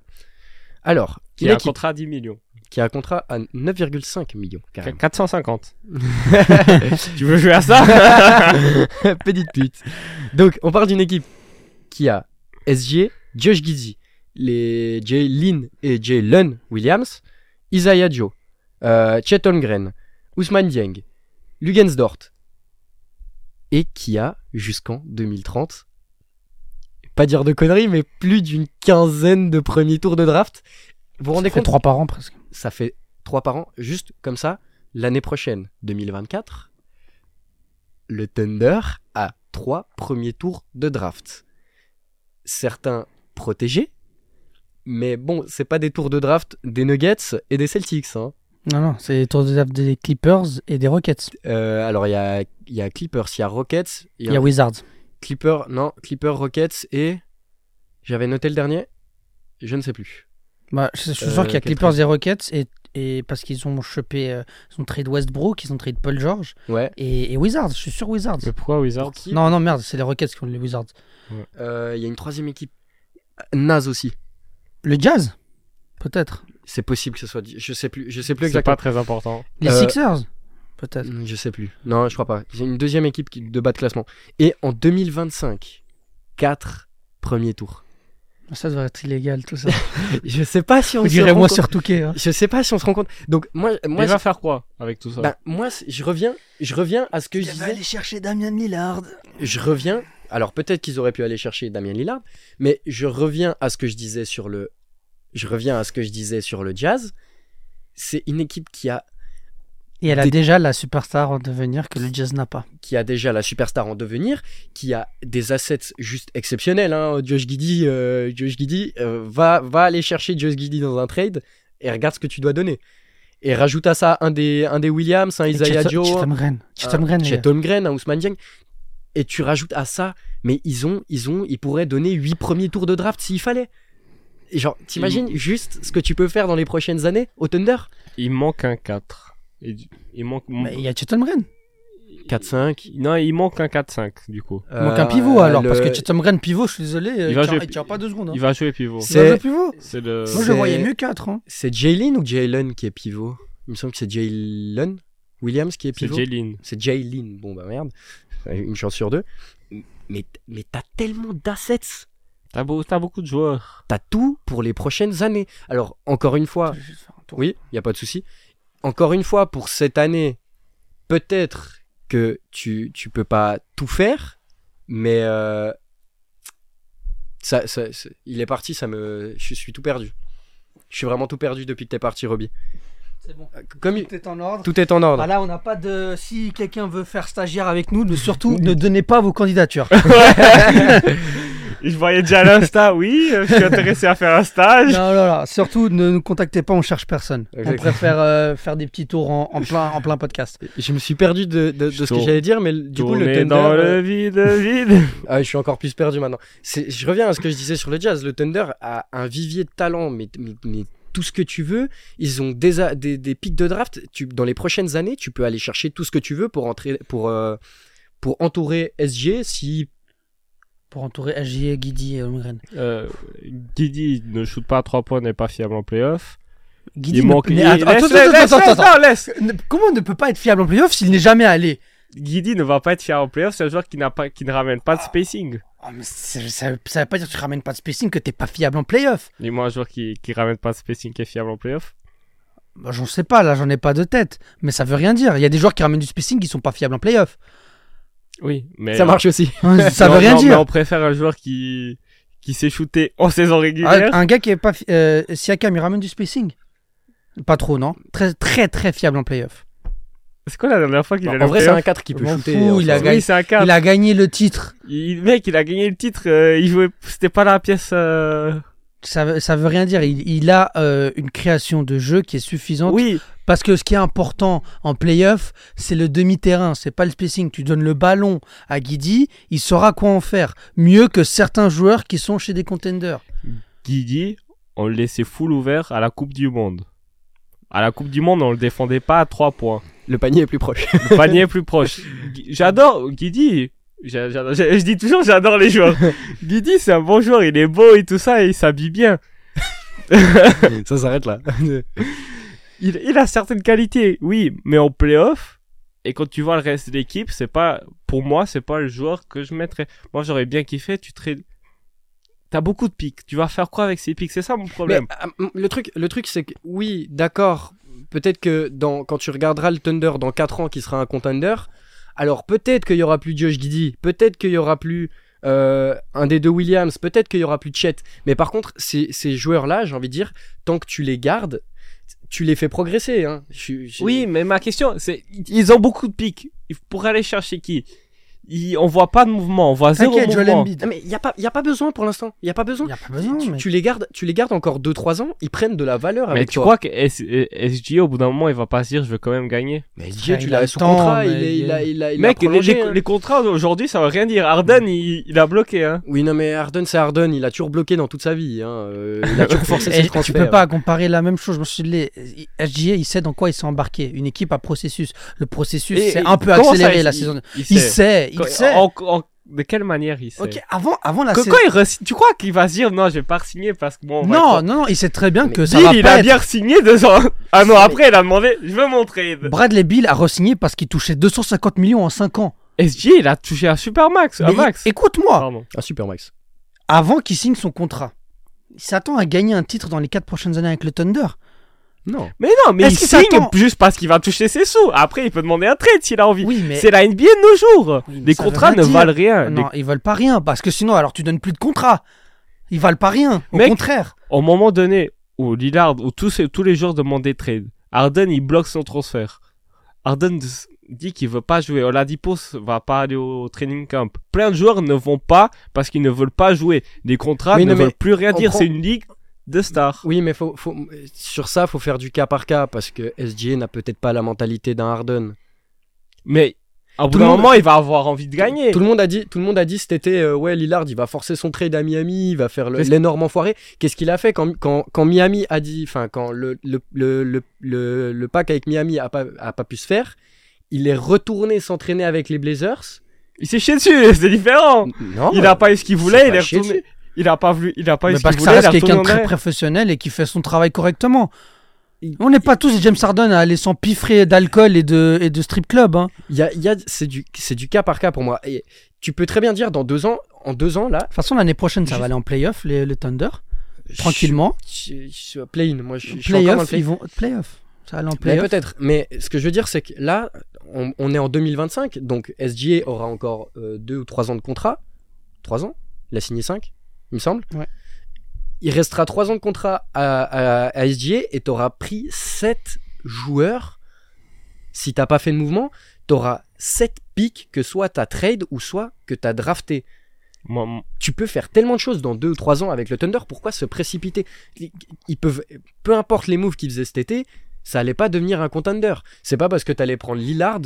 Alors,
Qui
une
a un
équipe
contrat à 10 millions.
qui a un contrat à 9,5 millions.
Qu-
carrément.
450. tu veux jouer à ça
Petite pute. Donc, on parle d'une équipe qui a SG, Josh Giddy, les Jay Lynn et Jay Lun Williams, Isaiah Joe, euh, Chet Holmgren, Ousmane Dieng, Lugensdort, et qui a jusqu'en 2030, pas dire de conneries, mais plus d'une quinzaine de premiers tours de draft. Vous vous rendez
Ça fait
compte
trois par an presque.
ça fait 3 par an, juste comme ça, l'année prochaine, 2024, le Thunder a trois premiers tours de draft. Certains protégés, mais bon, c'est pas des tours de draft des Nuggets et des Celtics. hein.
Non, non, c'est les tours de draft des Clippers et des Rockets.
Euh, alors, il y a, il y a Clippers, il y a Rockets, il y
Il
a
y a Wizards.
Clipper, non, Clipper, Rockets et. J'avais noté le dernier Je ne sais plus.
Bah, je je suis
Euh,
sûr qu'il y a
quel
Clippers et Rockets et, et parce qu'ils ont chopé, euh, ils ont trade Westbrook, ils ont trade Paul George
Ouais.
et, et Wizards. Je suis sûr Wizards.
Mais pourquoi Wizards
Pour qui
Non, non, merde, c'est les Rockets qui ont les Wizards.
Euh, Il y a une troisième équipe. Naze aussi.
Le Jazz, peut-être.
C'est possible que ce soit. Je sais plus, je sais plus
C'est
exactement.
pas très important.
Les
Euh,
Sixers, peut-être.
Je sais plus. Non, je crois pas. J'ai une deuxième équipe qui- de bas de classement. Et en 2025, 4 premiers tours.
Ah, Ça devrait être illégal tout ça.
Je sais pas si on se
J'irai
rend
moi
compte-
sur Touquet. hein.
Je sais pas si on se rend compte. Donc moi, moi,
Mais il va faire quoi avec tout ça
bah, moi, c'est- je reviens, je reviens à ce que je disais.
chercher Damien Lillard.
je reviens. Alors peut-être qu'ils auraient pu aller chercher Damien Lillard, mais je reviens à ce que je disais sur le. Je reviens à ce que je disais sur le Jazz. C'est une équipe qui a
Et elle a
Des-
déjà la superstar en devenir que le Jazz n'a pas.
qui a déjà la superstar en devenir, qui a des assets juste exceptionnels. Hein. Josh Giddy, euh, Josh Giddey, euh, va, va aller chercher Josh Giddy dans un trade et regarde ce que tu dois donner. Et rajoute à ça un des, un des Williams, un
Et
Isaiah
Chet-
Joe, euh,
Chet Holmgren. Chet Holmgren,
un
les
Chet
gars.
Holmgren, un Ousmane Dieng. Et tu rajoutes à ça, mais ils ont, ils ont, ils pourraient donner 8 premiers tours de draft s'il fallait. Et genre, t'imagines juste ce que tu peux faire dans les prochaines années au Thunder
Il manque un 4. Et du- Il manque.
Mais il y a Chet Holmgren.
4-5.
Non, il manque un 4-5 du coup.
Euh,
Il manque un pivot alors, parce que Chet Holmgren, pivot, je suis désolé, euh, il,
va
tient,
jouer-
il tient pas deux secondes. hein.
Il va jouer pivot.
Il va
C'est-
jouer pivot.
C'est le.
Moi, je
c'est-
le voyais mieux 4. Hein.
C'est Jalen ou Jalen qui est pivot Il me semble que c'est Jalen Williams qui est
C'est
pivot.
Jalen.
C'est Jalen. Bon bah merde, une chance sur deux. Mais, mais t'as tellement d'assets,
T'as beau- t'as beaucoup de joueurs.
t'as tout pour les prochaines années. Alors encore une fois,
Je vais juste faire un tour.
Ah. oui, il y a pas de souci. Encore une fois, pour cette année, peut-être que tu tu peux pas tout faire, mais euh, ça, ça- ça- il est parti, ça me, je suis tout perdu. Je suis vraiment tout perdu depuis que t'es parti, Roby.
C'est bon.
Comme il-
Tout est en ordre.
tout est en ordre.
Ah là, on n'a pas de. Si quelqu'un veut faire stagiaire avec nous, ne- surtout ne donnez pas vos candidatures.
Je voyais déjà l'Insta, oui, euh, je suis intéressé à faire un stage.
non, non, non. Surtout ne nous contactez pas, on cherche personne. On
Exactement.
préfère euh, faire des petits tours en, en plein, en plein podcast.
Je me suis perdu de, de- de ce que
Tour-
j'allais dire, mais le- du coup, le
Tourner
Thunder.
dans
euh,
le vide, vide.
Ah, je suis encore plus perdu maintenant. C'est- Je reviens à ce que je disais sur le jazz. Le Thunder a un vivier de talent, mais, mais- mais tout ce que tu veux. Ils ont des, a- des, des pics de draft. Tu, dans les prochaines années, tu peux aller chercher tout ce que tu veux pour, entrer, pour, euh, pour entourer SG si.
Pour entourer SJ, Guidi et Holmgren.
Euh, Guidi ne shoot pas à 3 points, n'est pas fiable en playoff.
Guidi
il
ne-
manque.
mais
il-
attends,
laisse,
attends,
laisse, laisse,
attends, attends,
laisse,
attends.
non, laisse.
Ne- Comment on ne peut pas être fiable en playoff s'il n'est jamais allé
Guidi ne va pas être fiable en playoff, c'est un joueur qui, n'a pas, qui ne ramène pas de spacing.
Oh, mais ça, ça, ça veut pas dire que tu ramènes pas de spacing, que t'es pas fiable en playoff.
Dis-moi un joueur qui, qui ramène pas de spacing qui est fiable en playoff.
Bah, j'en sais pas, là, j'en ai pas de tête. Mais ça veut rien dire. Il y a des joueurs qui ramènent du spacing qui sont pas fiables en playoff.
Oui, mais.
Ça marche aussi.
ça
Non,
veut rien
non, mais
dire.
on préfère un joueur qui, qui s'est shooté en saison régulière.
Ah, Un gars qui est pas. fi- euh, Siakam, il ramène du spacing Pas trop, non Très, très, très fiable en playoff.
C'est quoi la dernière fois qu'il
Bon,
allait
Bah, en
en
vrai, c'est un
playoff
4 qui peut
Je m'en
shooter. euh,
fous,
en
il a
soi.
gagné.
Oui, c'est un 4.
Il a gagné le titre.
Il- mec, il a gagné le titre. euh, il jouait, c'était pas la pièce. euh,
Ça, veut- ça veut rien dire. Il, il a euh, une création de jeu qui est suffisante.
Oui,
Parce que ce qui est important en playoff, c'est le demi-terrain, c'est pas le spacing. Tu donnes le ballon à Guidi, il saura quoi en faire. Mieux que certains joueurs qui sont chez des contenders.
Guigui, on le laissait full ouvert à la Coupe du Monde. À la Coupe du Monde, on le défendait pas à 3 points.
Le panier est plus proche.
Le panier est plus proche. Gui- J'adore Guidi. J'a- j'adore- j'a- Je dis toujours, j'adore les joueurs. Guidi, c'est un bon joueur. Il est beau et tout ça, et il s'habille bien.
ça s'arrête là.
Il, il a certaines qualités, oui, mais en playoff, et quand tu vois le reste de l'équipe, c'est pas, pour moi, c'est pas le joueur que je mettrais. Moi, j'aurais bien kiffé, tu trades. T'as beaucoup de pics. Tu vas faire quoi avec ces pics C'est ça mon problème.
Mais, euh, le truc, le truc c'est que oui, d'accord, peut-être que dans, quand tu regarderas le Thunder dans 4 ans qui sera un contender, alors peut-être qu'il y aura plus Josh Giddy, peut-être qu'il y aura plus euh, un des deux Williams, peut-être qu'il y aura plus Chet. Mais par contre, ces, ces joueurs-là, j'ai envie de dire, tant que tu les gardes, tu les fais progresser. Hein. Je suis- je-
Oui, mais ma question, c'est ils ont beaucoup de pics. il- pour aller chercher qui Il- On voit pas de mouvement, on voit zéro
T'inquiète, Joel
mouvement.
Embiid.
Non, mais il n'y a, pas- y a pas besoin pour l'instant. Il n'y a pas besoin.
Il n'y a pas besoin,
tu,
mec.
tu les gardes, tu les gardes encore 2-3 ans, ils prennent de la valeur
Mais
avec
tu
toi.
crois que S- euh, SGA, au bout d'un moment, il va pas se dire je veux quand même gagner
mais DJ,
Frère,
tu
il a
l'as
le
sous
temps,
contrat, Ah,
mais
il, est-
il est-
il a, il a, il a
Mec, les,
prolongé,
les-
hein.
les contrats aujourd'hui, ça veut rien dire. Arden, il, il a bloqué. Hein.
Oui, non, mais Harden, c'est Harden, il a toujours bloqué dans toute sa vie. hein, euh, il a toujours forcé
Et
ses
tu
transferts.
peux pas comparer la même chose. Je me suis dit, les- euh, SGA, il sait dans quoi il s'est embarqué. Une équipe à processus. Le processus,
Et-
c'est un peu
comment ça,
accéléré
il-
la saison.
Il
Il sait, il
Quand-
sait.
en- en- de quelle manière il sait
Ok, ah, avant, avant la
Que-
saison.
quand il re- Tu crois qu'il va se dire non, je vais pas signer parce que bon. on va
Non,
être-
non, non, il sait très bien
Mais
que ça va
Bill, il
pas
a
être-
bien signé deux ans. Ah non, après, il a demandé je veux mon trade.
Bradley Bill a re-signé parce qu'il touchait 250 millions en 5 ans.
SG, il a touché un super max. Un
Mais
max.
é- Écoute-moi,
Pardon.
Ah, super, Max.
avant qu'il signe son contrat, il s'attend à gagner un titre dans les 4 prochaines années avec le Thunder.
Non.
Mais non, mais il
Est-ce qu'il
signe
s'attend-
juste parce qu'il va toucher ses sous. Après, il peut demander un trade s'il a envie.
Oui, mais
C'est la NBA de nos jours.
Oui, mais
Les
ça veut
contrats
rien
ne
dire.
valent rien. Les-
non, ils veulent pas rien parce que sinon, alors tu donnes plus de contrat. Ils valent pas rien, au
Mec,
contraire. au
Au moment donné où Lillard, où tous, ces- tous les joueurs demandaient trade, Harden, il bloque son transfert. Harden s- dit qu'il veut pas jouer. Oladipo s- va pas aller au au training camp. Plein de joueurs ne vont pas parce qu'ils ne veulent pas jouer. Les contrats
Mais
ne
non, mais
veulent plus rien
on
dire.
prend-
C'est une ligue de stars.
Oui, mais faut, faut- sur ça, faut faire du cas par cas parce que SGA n'a peut-être pas la mentalité d'un Harden.
Mais à bout
Tout
d'un
le monde-
moment, il va avoir envie de gagner.
Tout le monde a dit, tout le monde a dit cet été, euh, ouais, Lillard, il va forcer son trade à Miami, il va faire le-
Qu'est-ce-
l'énorme enfoiré. Qu'est-ce qu'il a fait quand, quand, quand Miami a dit, enfin, quand le, le, le, le, le, le pack avec Miami a pas, a pas pu se faire, il est retourné s'entraîner avec les Blazers.
Il s'est chié dessus. C'est différent.
Non.
il a pas eu ce qu'il
c'est
voulait.
pas
Il est
chier
retourné. Il a pas voulu. Il a pas eu
Mais
ce
parce que
qu'il
ça
voulait. il
reste
est
quelqu'un de
retourné en
très
arrière.
professionnel et qui fait son travail correctement.
Il-
On n'est pas tous James Harden à aller s'empiffrer d'alcool et de, et de strip club. hein.
Il y a, il y a- c'est du, c'est du cas par cas pour moi. Et tu peux très bien dire dans deux ans, en deux ans là,
De toute façon, l'année prochaine, ça
Juste-
va aller en playoff, les- le Thunder. Tranquillement.
je- je suis à play-in. Moi, je, je suis encore dans le
Playoff,
play-in.
ils vont. Playoff. Ça va aller en
Mais
playoff.
peut-être. Mais ce que je veux dire, c'est que là, on, on est en 2025, donc SGA aura encore euh, deux ou trois ans de contrat. Trois ans Il a signé cinq, il me semble.
Ouais.
Il restera trois ans de contrat à, à- à SGA et t'auras pris sept joueurs. Si t'as pas fait de mouvement, t'auras sept pics que soit t'as trade ou soit que t'as drafté.
Moi, moi-
tu peux faire tellement de choses dans deux ou trois ans avec le Thunder, pourquoi se précipiter Ils peuvent, peu importe les moves qu'ils faisaient cet été, ça allait pas devenir un contender. C'est pas parce que t'allais prendre Lillard,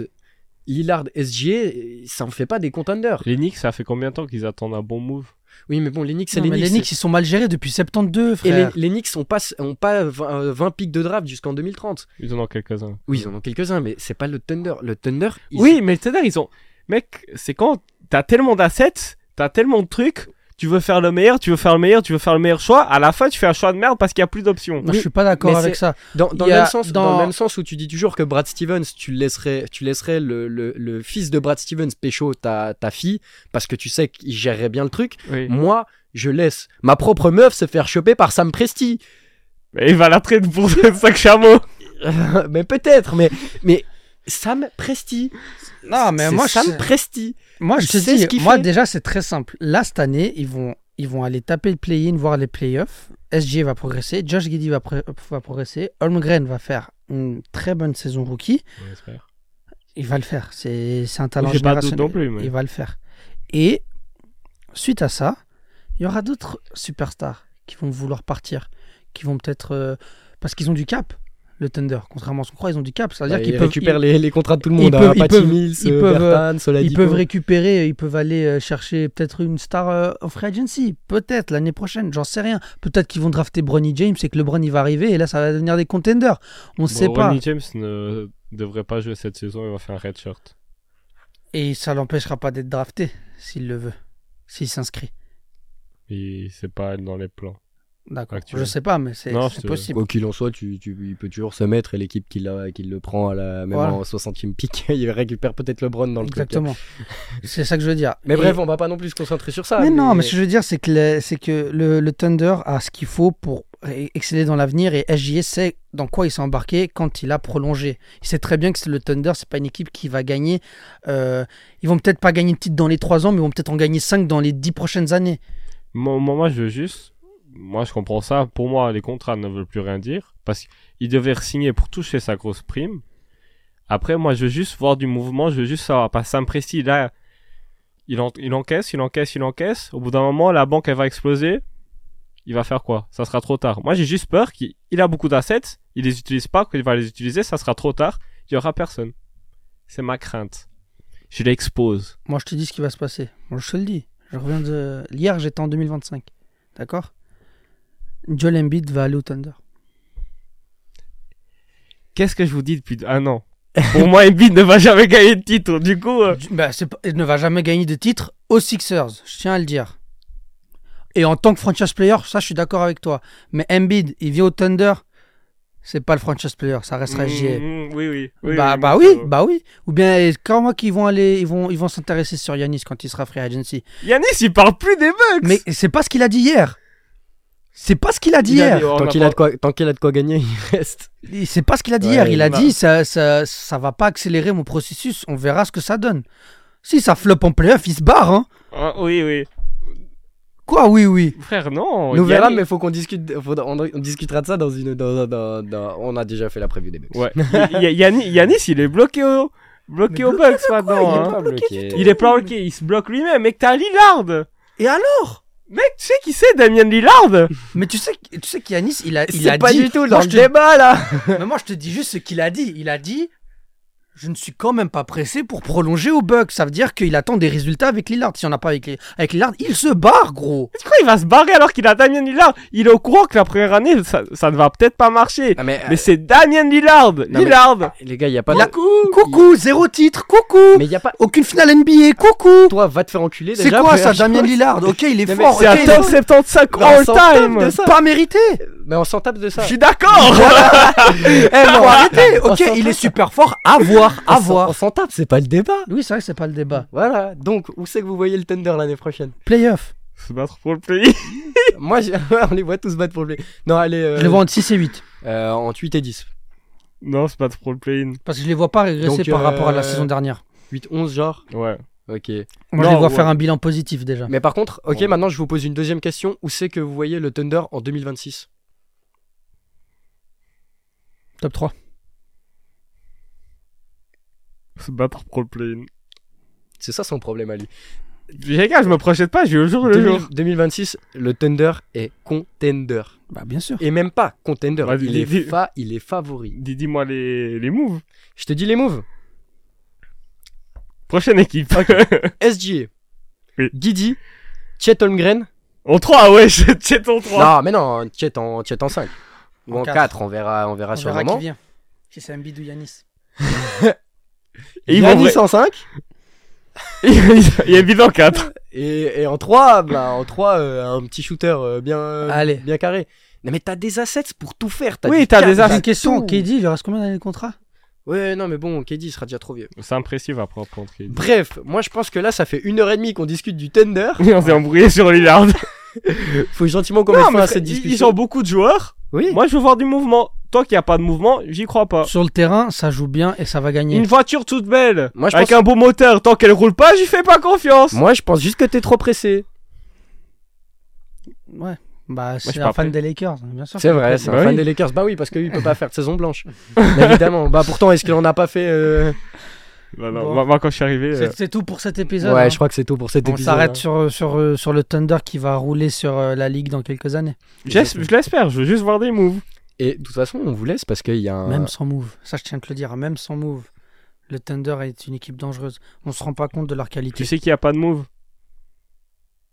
Lillard SGA, ça en fait pas des contenders.
les Knicks, ça fait combien de temps qu'ils attendent un bon move
Oui, mais bon, les Knicks, c'est
Non,
les
mais
Knicks.
les Knicks, ils sont mal gérés depuis 72,
Et les,
frère.
les Knicks ont pas, ont pas 20, euh, 20 pics de draft jusqu'en 2030.
Ils en ont quelques-uns.
Oui, ils en ont quelques-uns, mais c'est pas le Thunder. Le Thunder, ils-
Oui, mais cest à ils ont. Mec, c'est quand t'as tellement d'assets, t'as tellement de trucs, tu veux faire le meilleur, tu veux faire le meilleur, tu veux faire le meilleur choix, à la fin tu fais un choix de merde parce qu'il y a plus d'options.
Non,
oui,
je suis pas d'accord
mais
avec
c'est-
ça.
Dans, dans
Il y
le
a-
même sens, dans...
dans-
le même sens où tu dis toujours que Brad Stevens, tu laisserais, tu laisserais le, le, le fils de Brad Stevens pécho ta, ta fille parce que tu sais qu'il gérerait bien le truc.
Oui.
Moi, je laisse ma propre meuf se faire choper par Sam Presti.
Mais il va la traiter pour 5 chameaux.
mais peut-être, mais, mais Sam Presti.
Non, mais
C'est
moi, je-
Sam Presti.
Moi, je
Il
te
sait ce
dis,
qu'il
moi
fait.
déjà, c'est très simple. Là, cette année, ils vont, ils vont aller taper le play-in, voir les playoffs. SG va progresser, Josh Giddy va, pré- va progresser, Holmgren va faire une très bonne saison rookie.
Bah,
Il va le faire. C'est c'est un talent
J'ai pas de doute
générationnel.
non plus, mais-
Il va le faire. Et suite à ça, il y aura d'autres superstars qui vont vouloir partir, qui vont peut-être euh, parce qu'ils ont du cap. Le Thunder, contrairement à ce qu'on croit, ils ont du cap. C'est-à-dire
Bah,
qu'ils
il
peuvent
récupère
ils-
les, les contrats de tout le monde.
ils
hein,
peuvent- ils
Patty
peuvent-
Mills,
ils
euh,
peuvent,
Bertans,
ils
Oladipo.
peuvent récupérer, ils peuvent aller euh, chercher peut-être une star euh, en free agency, peut-être l'année prochaine, j'en sais rien. Peut-être qu'ils vont drafter Bronny James et que LeBron il va arriver et là ça va devenir des contenders. On ne sait pas.
Ronnie James ne devrait pas jouer cette saison, il va faire un red shirt.
Et ça l'empêchera pas d'être drafté s'il le veut, s'il s'inscrit.
Et c'est pas dans les plans.
D'accord.
Actuel.
Je sais pas, mais c'est
Non,
c'est
c'est-
possible.
Quoi qu'il en soit, tu, tu- il peut toujours se mettre et l'équipe qui, l'a- qui le prend à la même
Voilà.
en 60e pick, il récupère peut-être LeBron dans le truc.
Exactement. c'est ça que je veux dire.
Mais
Et-
bref, on va pas non plus se concentrer sur ça.
Mais non, mais ce que je veux dire, c'est que, le, c'est que le, le Thunder a ce qu'il faut pour ré- exceller dans l'avenir et SJS sait dans quoi il s'est embarqué quand il a prolongé. Il sait très bien que c'est le Thunder, c'est pas une équipe qui va gagner. euh, ils vont peut-être pas gagner de titre dans les 3 ans, mais ils vont peut-être en gagner 5 dans les 10 prochaines années.
Moi, moi, moi, je veux juste. Moi, je comprends ça. Pour moi, les contrats ne veulent plus rien dire. Parce qu'il devait signer pour toucher sa grosse prime. Après, moi, je veux juste voir du mouvement, je veux juste savoir. Parce que Sam Presti, là, il, en- il encaisse, il encaisse, il encaisse. Au bout d'un moment, la banque, elle va exploser. Il va faire quoi Ça sera trop tard. Moi, j'ai juste peur qu'il il a beaucoup d'assets, il les utilise pas, quand il va les utiliser, ça sera trop tard. Il y aura personne. C'est ma crainte. Je l'expose.
Moi, je te dis ce qui va se passer. Moi, je te le dis. Je reviens de. Hier, j'étais en 2025. D'accord Joel Embiid va aller au Thunder.
Qu'est-ce que je vous dis depuis un an Pour moi, Embiid ne va jamais gagner de titre. Du coup, euh,
Du- bah, c'est pas- il ne va jamais gagner de titre aux Sixers. Je tiens à le dire. Et en tant que franchise player, ça, je suis d'accord avec toi. Mais Embiid, il vient au Thunder. C'est pas le franchise player, ça restera JA.
Mm, mm, oui, oui, oui.
bah,
oui, euh,
bah
moi,
oui,
ça va.
bah oui. Ou bien eh, quand moi qu'ils vont aller, ils vont, ils vont s'intéresser sur Yanis quand il sera free agency.
Yanis, il parle plus des Bucks.
Mais c'est pas ce qu'il a dit hier. C'est pas ce qu'il a dit
Il a
hier.
dit, oh, on
Tant
a
qu'il
pas-
a de quoi, tant qu'il a de quoi gagner, il reste.
Et C'est pas ce qu'il a dit
Ouais,
hier. Il a
bah.
dit ça, ça, ça va pas accélérer mon processus. On verra ce que ça donne. Si ça floppe en playoff, il se barre. Hein.
Ah, oui, oui.
Quoi, oui, oui.
Frère, non.
Nous verra,
Yannis-
mais faut qu'on discute. faut- on, on discutera de ça dans une. dans- dans- dans- on a déjà fait la preview des Bucks.
Ouais. Y- y- Yannis, Yannis, il est bloqué au, bloqué
Mais
au Bucks maintenant. hein.
bloqué.
Il est pas bloqué, il se bloque lui-même. Mec, t'as Lillard.
Et alors
Mec, tu sais qui c'est, Damien Lillard
Mais tu sais, que- tu sais qu'Yanis, il a, il
C'est
a
pas
dit.
du tout
Moi,
dans
je
le
te-
débat là.
mais moi, je te dis juste ce qu'il a dit. Il a dit. Je ne suis quand même pas pressé pour prolonger au Bucks. Ça veut dire qu'il attend des résultats avec Lillard. Si on n'a pas avec, les- avec Lillard, il se barre, gros.
C'est quoi, il va se barrer alors qu'il a Damien Lillard Il est au courant que la première année, ça, ça ne va peut-être pas marcher.
Ah, mais,
Mais c'est Damien Lillard
mais-
Lillard
les gars, il y a pas.
Là-
de...
Coucou, zéro titre. Coucou.
Mais il y a pas.
Aucune finale NBA. Coucou.
Toi, va te faire enculer.
C'est
déjà,
quoi
première
ça, Damien
chose.
Lillard Ok, il est
Non, mais
fort.
C'est
ok,
un
il
top
est-
75
Mais on s'en tape de
all-time
ça.
pas mérité.
Mais on s'en tape de
Je
ça.
suis d'accord
Eh, bon, arrêtez.
On
Ok,
s'entend.
il est super fort. À voir, à
On s'en- On
voir.
s'en tape, c'est pas le débat.
Oui, c'est vrai que c'est pas le débat.
Voilà. Donc, où c'est que vous voyez le Thunder l'année prochaine
Playoff.
Se battre pour le pays
Moi, j'ai- on les voit tous battre pour le. Non, allez. euh,
Je les vois entre 6 et 8.
euh, en 8 et 10.
Non, se battre pour le play-in.
Parce que je les vois pas régresser
Donc,
par
euh,
rapport à la saison dernière.
8, 11, genre.
Ouais.
Ok.
Moi, je
non,
les vois
ouais.
faire un bilan positif déjà.
Mais par contre, ok,
Ouais.
maintenant je vous pose une deuxième question. Où c'est que vous voyez le Thunder en 2026
Top 3.
Se battre pour le play-in.
C'est ça son problème à lui.
Les gars, je me projette pas, je vais au jour le
2000-
jour.
2026, le Thunder est contender.
Bah, bien sûr.
Et même pas contender.
Ouais,
il,
dis-
est
dis-
fa- il est favori.
Dis- Dis-moi les, les moves.
Je te dis les moves.
Prochaine équipe.
SGA.
Oui.
Guidi. Chet Holmgren.
en 3, ouais, je- c'est en 3.
Non, mais non, Chet en, Chet en 5. Ou
En
en
quatre.
4, on verra, on verra
On
sur
verra
le moment.
qui vient. Si c'est Embiid ou Yanis.
Et ils vont
Giannis
vrai-
en 5.
Il y a Embiid en 4.
Et, et en 3, bah, en 3 un petit shooter euh, bien, euh,
Allez.
bien carré. Non, mais t'as des assets pour tout faire.
Oui,
du
t'as
cap,
des
J'ai
assets.
une question.
tout.
KD, il lui reste combien d'années de contrat
Ouais, non, mais bon, KD sera déjà trop vieux.
C'est impressionnant après en prendre. Kate.
Bref, moi je pense que là, ça fait une heure et demie qu'on discute du tender.
Oui, on s'est embrouillé sur Lillard.
Faut gentiment qu'on mette fin à cette
ils
discussion.
ont beaucoup de joueurs.
Oui.
Moi, je veux voir du mouvement. Tant qu'il n'y a pas de mouvement, j'y crois pas.
Sur le terrain, ça joue bien et ça va gagner.
Une voiture toute belle,
Moi, je
avec
pense-
un beau moteur, tant qu'elle roule pas, j'y fais pas confiance.
Moi, je pense juste que t'es trop pressé.
Ouais. Bah,
je suis
c'est
pas
un fan des
prêt.
Lakers, hein, bien sûr.
C'est vrai, c'est un
Bah
fan
oui.
des Lakers. Bah oui, parce que lui, il peut pas faire de saison blanche. Évidemment. Bah pourtant, est-ce qu'il en a pas fait euh,
Bah, non,
Bon.
moi, moi, quand je suis arrivé, euh,
C'est c'est tout pour cet épisode. hein.
Ouais, je crois que c'est tout pour cet
On
épisode.
s'arrête
hein.
sur, sur, sur le Thunder qui va rouler sur euh, la Ligue dans quelques années.
j'es- je l'espère, je veux juste voir des moves.
Et de toute façon, on vous laisse parce qu'il y a un.
Même sans move, ça je tiens à te le dire, hein. même sans move, le Thunder est une équipe dangereuse. On se rend pas compte de leur
Tu
qualité.
sais qu'il n'y a pas de move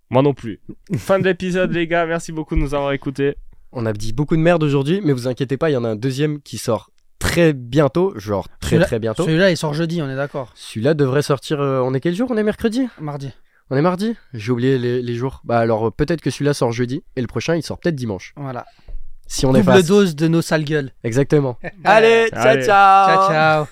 Moi non plus. fin de l'épisode, les gars, merci beaucoup de nous avoir écoutés.
On a dit beaucoup de merde aujourd'hui, mais vous inquiétez pas, il y en a un deuxième qui sort très bientôt, genre très
Celui-là-
très bientôt.
Celui-là il sort jeudi, on est d'accord.
Celui-là devrait sortir. euh, on est quel jour On est mercredi
Mardi.
On est mardi J'ai oublié les, les jours. Bah alors euh, peut-être que celui-là sort jeudi et le prochain il sort peut-être dimanche.
Voilà.
Si on est
Double
face.
dose de nos sales gueules.
Exactement. Allez, ciao
Allez.
ciao.
Ciao ciao.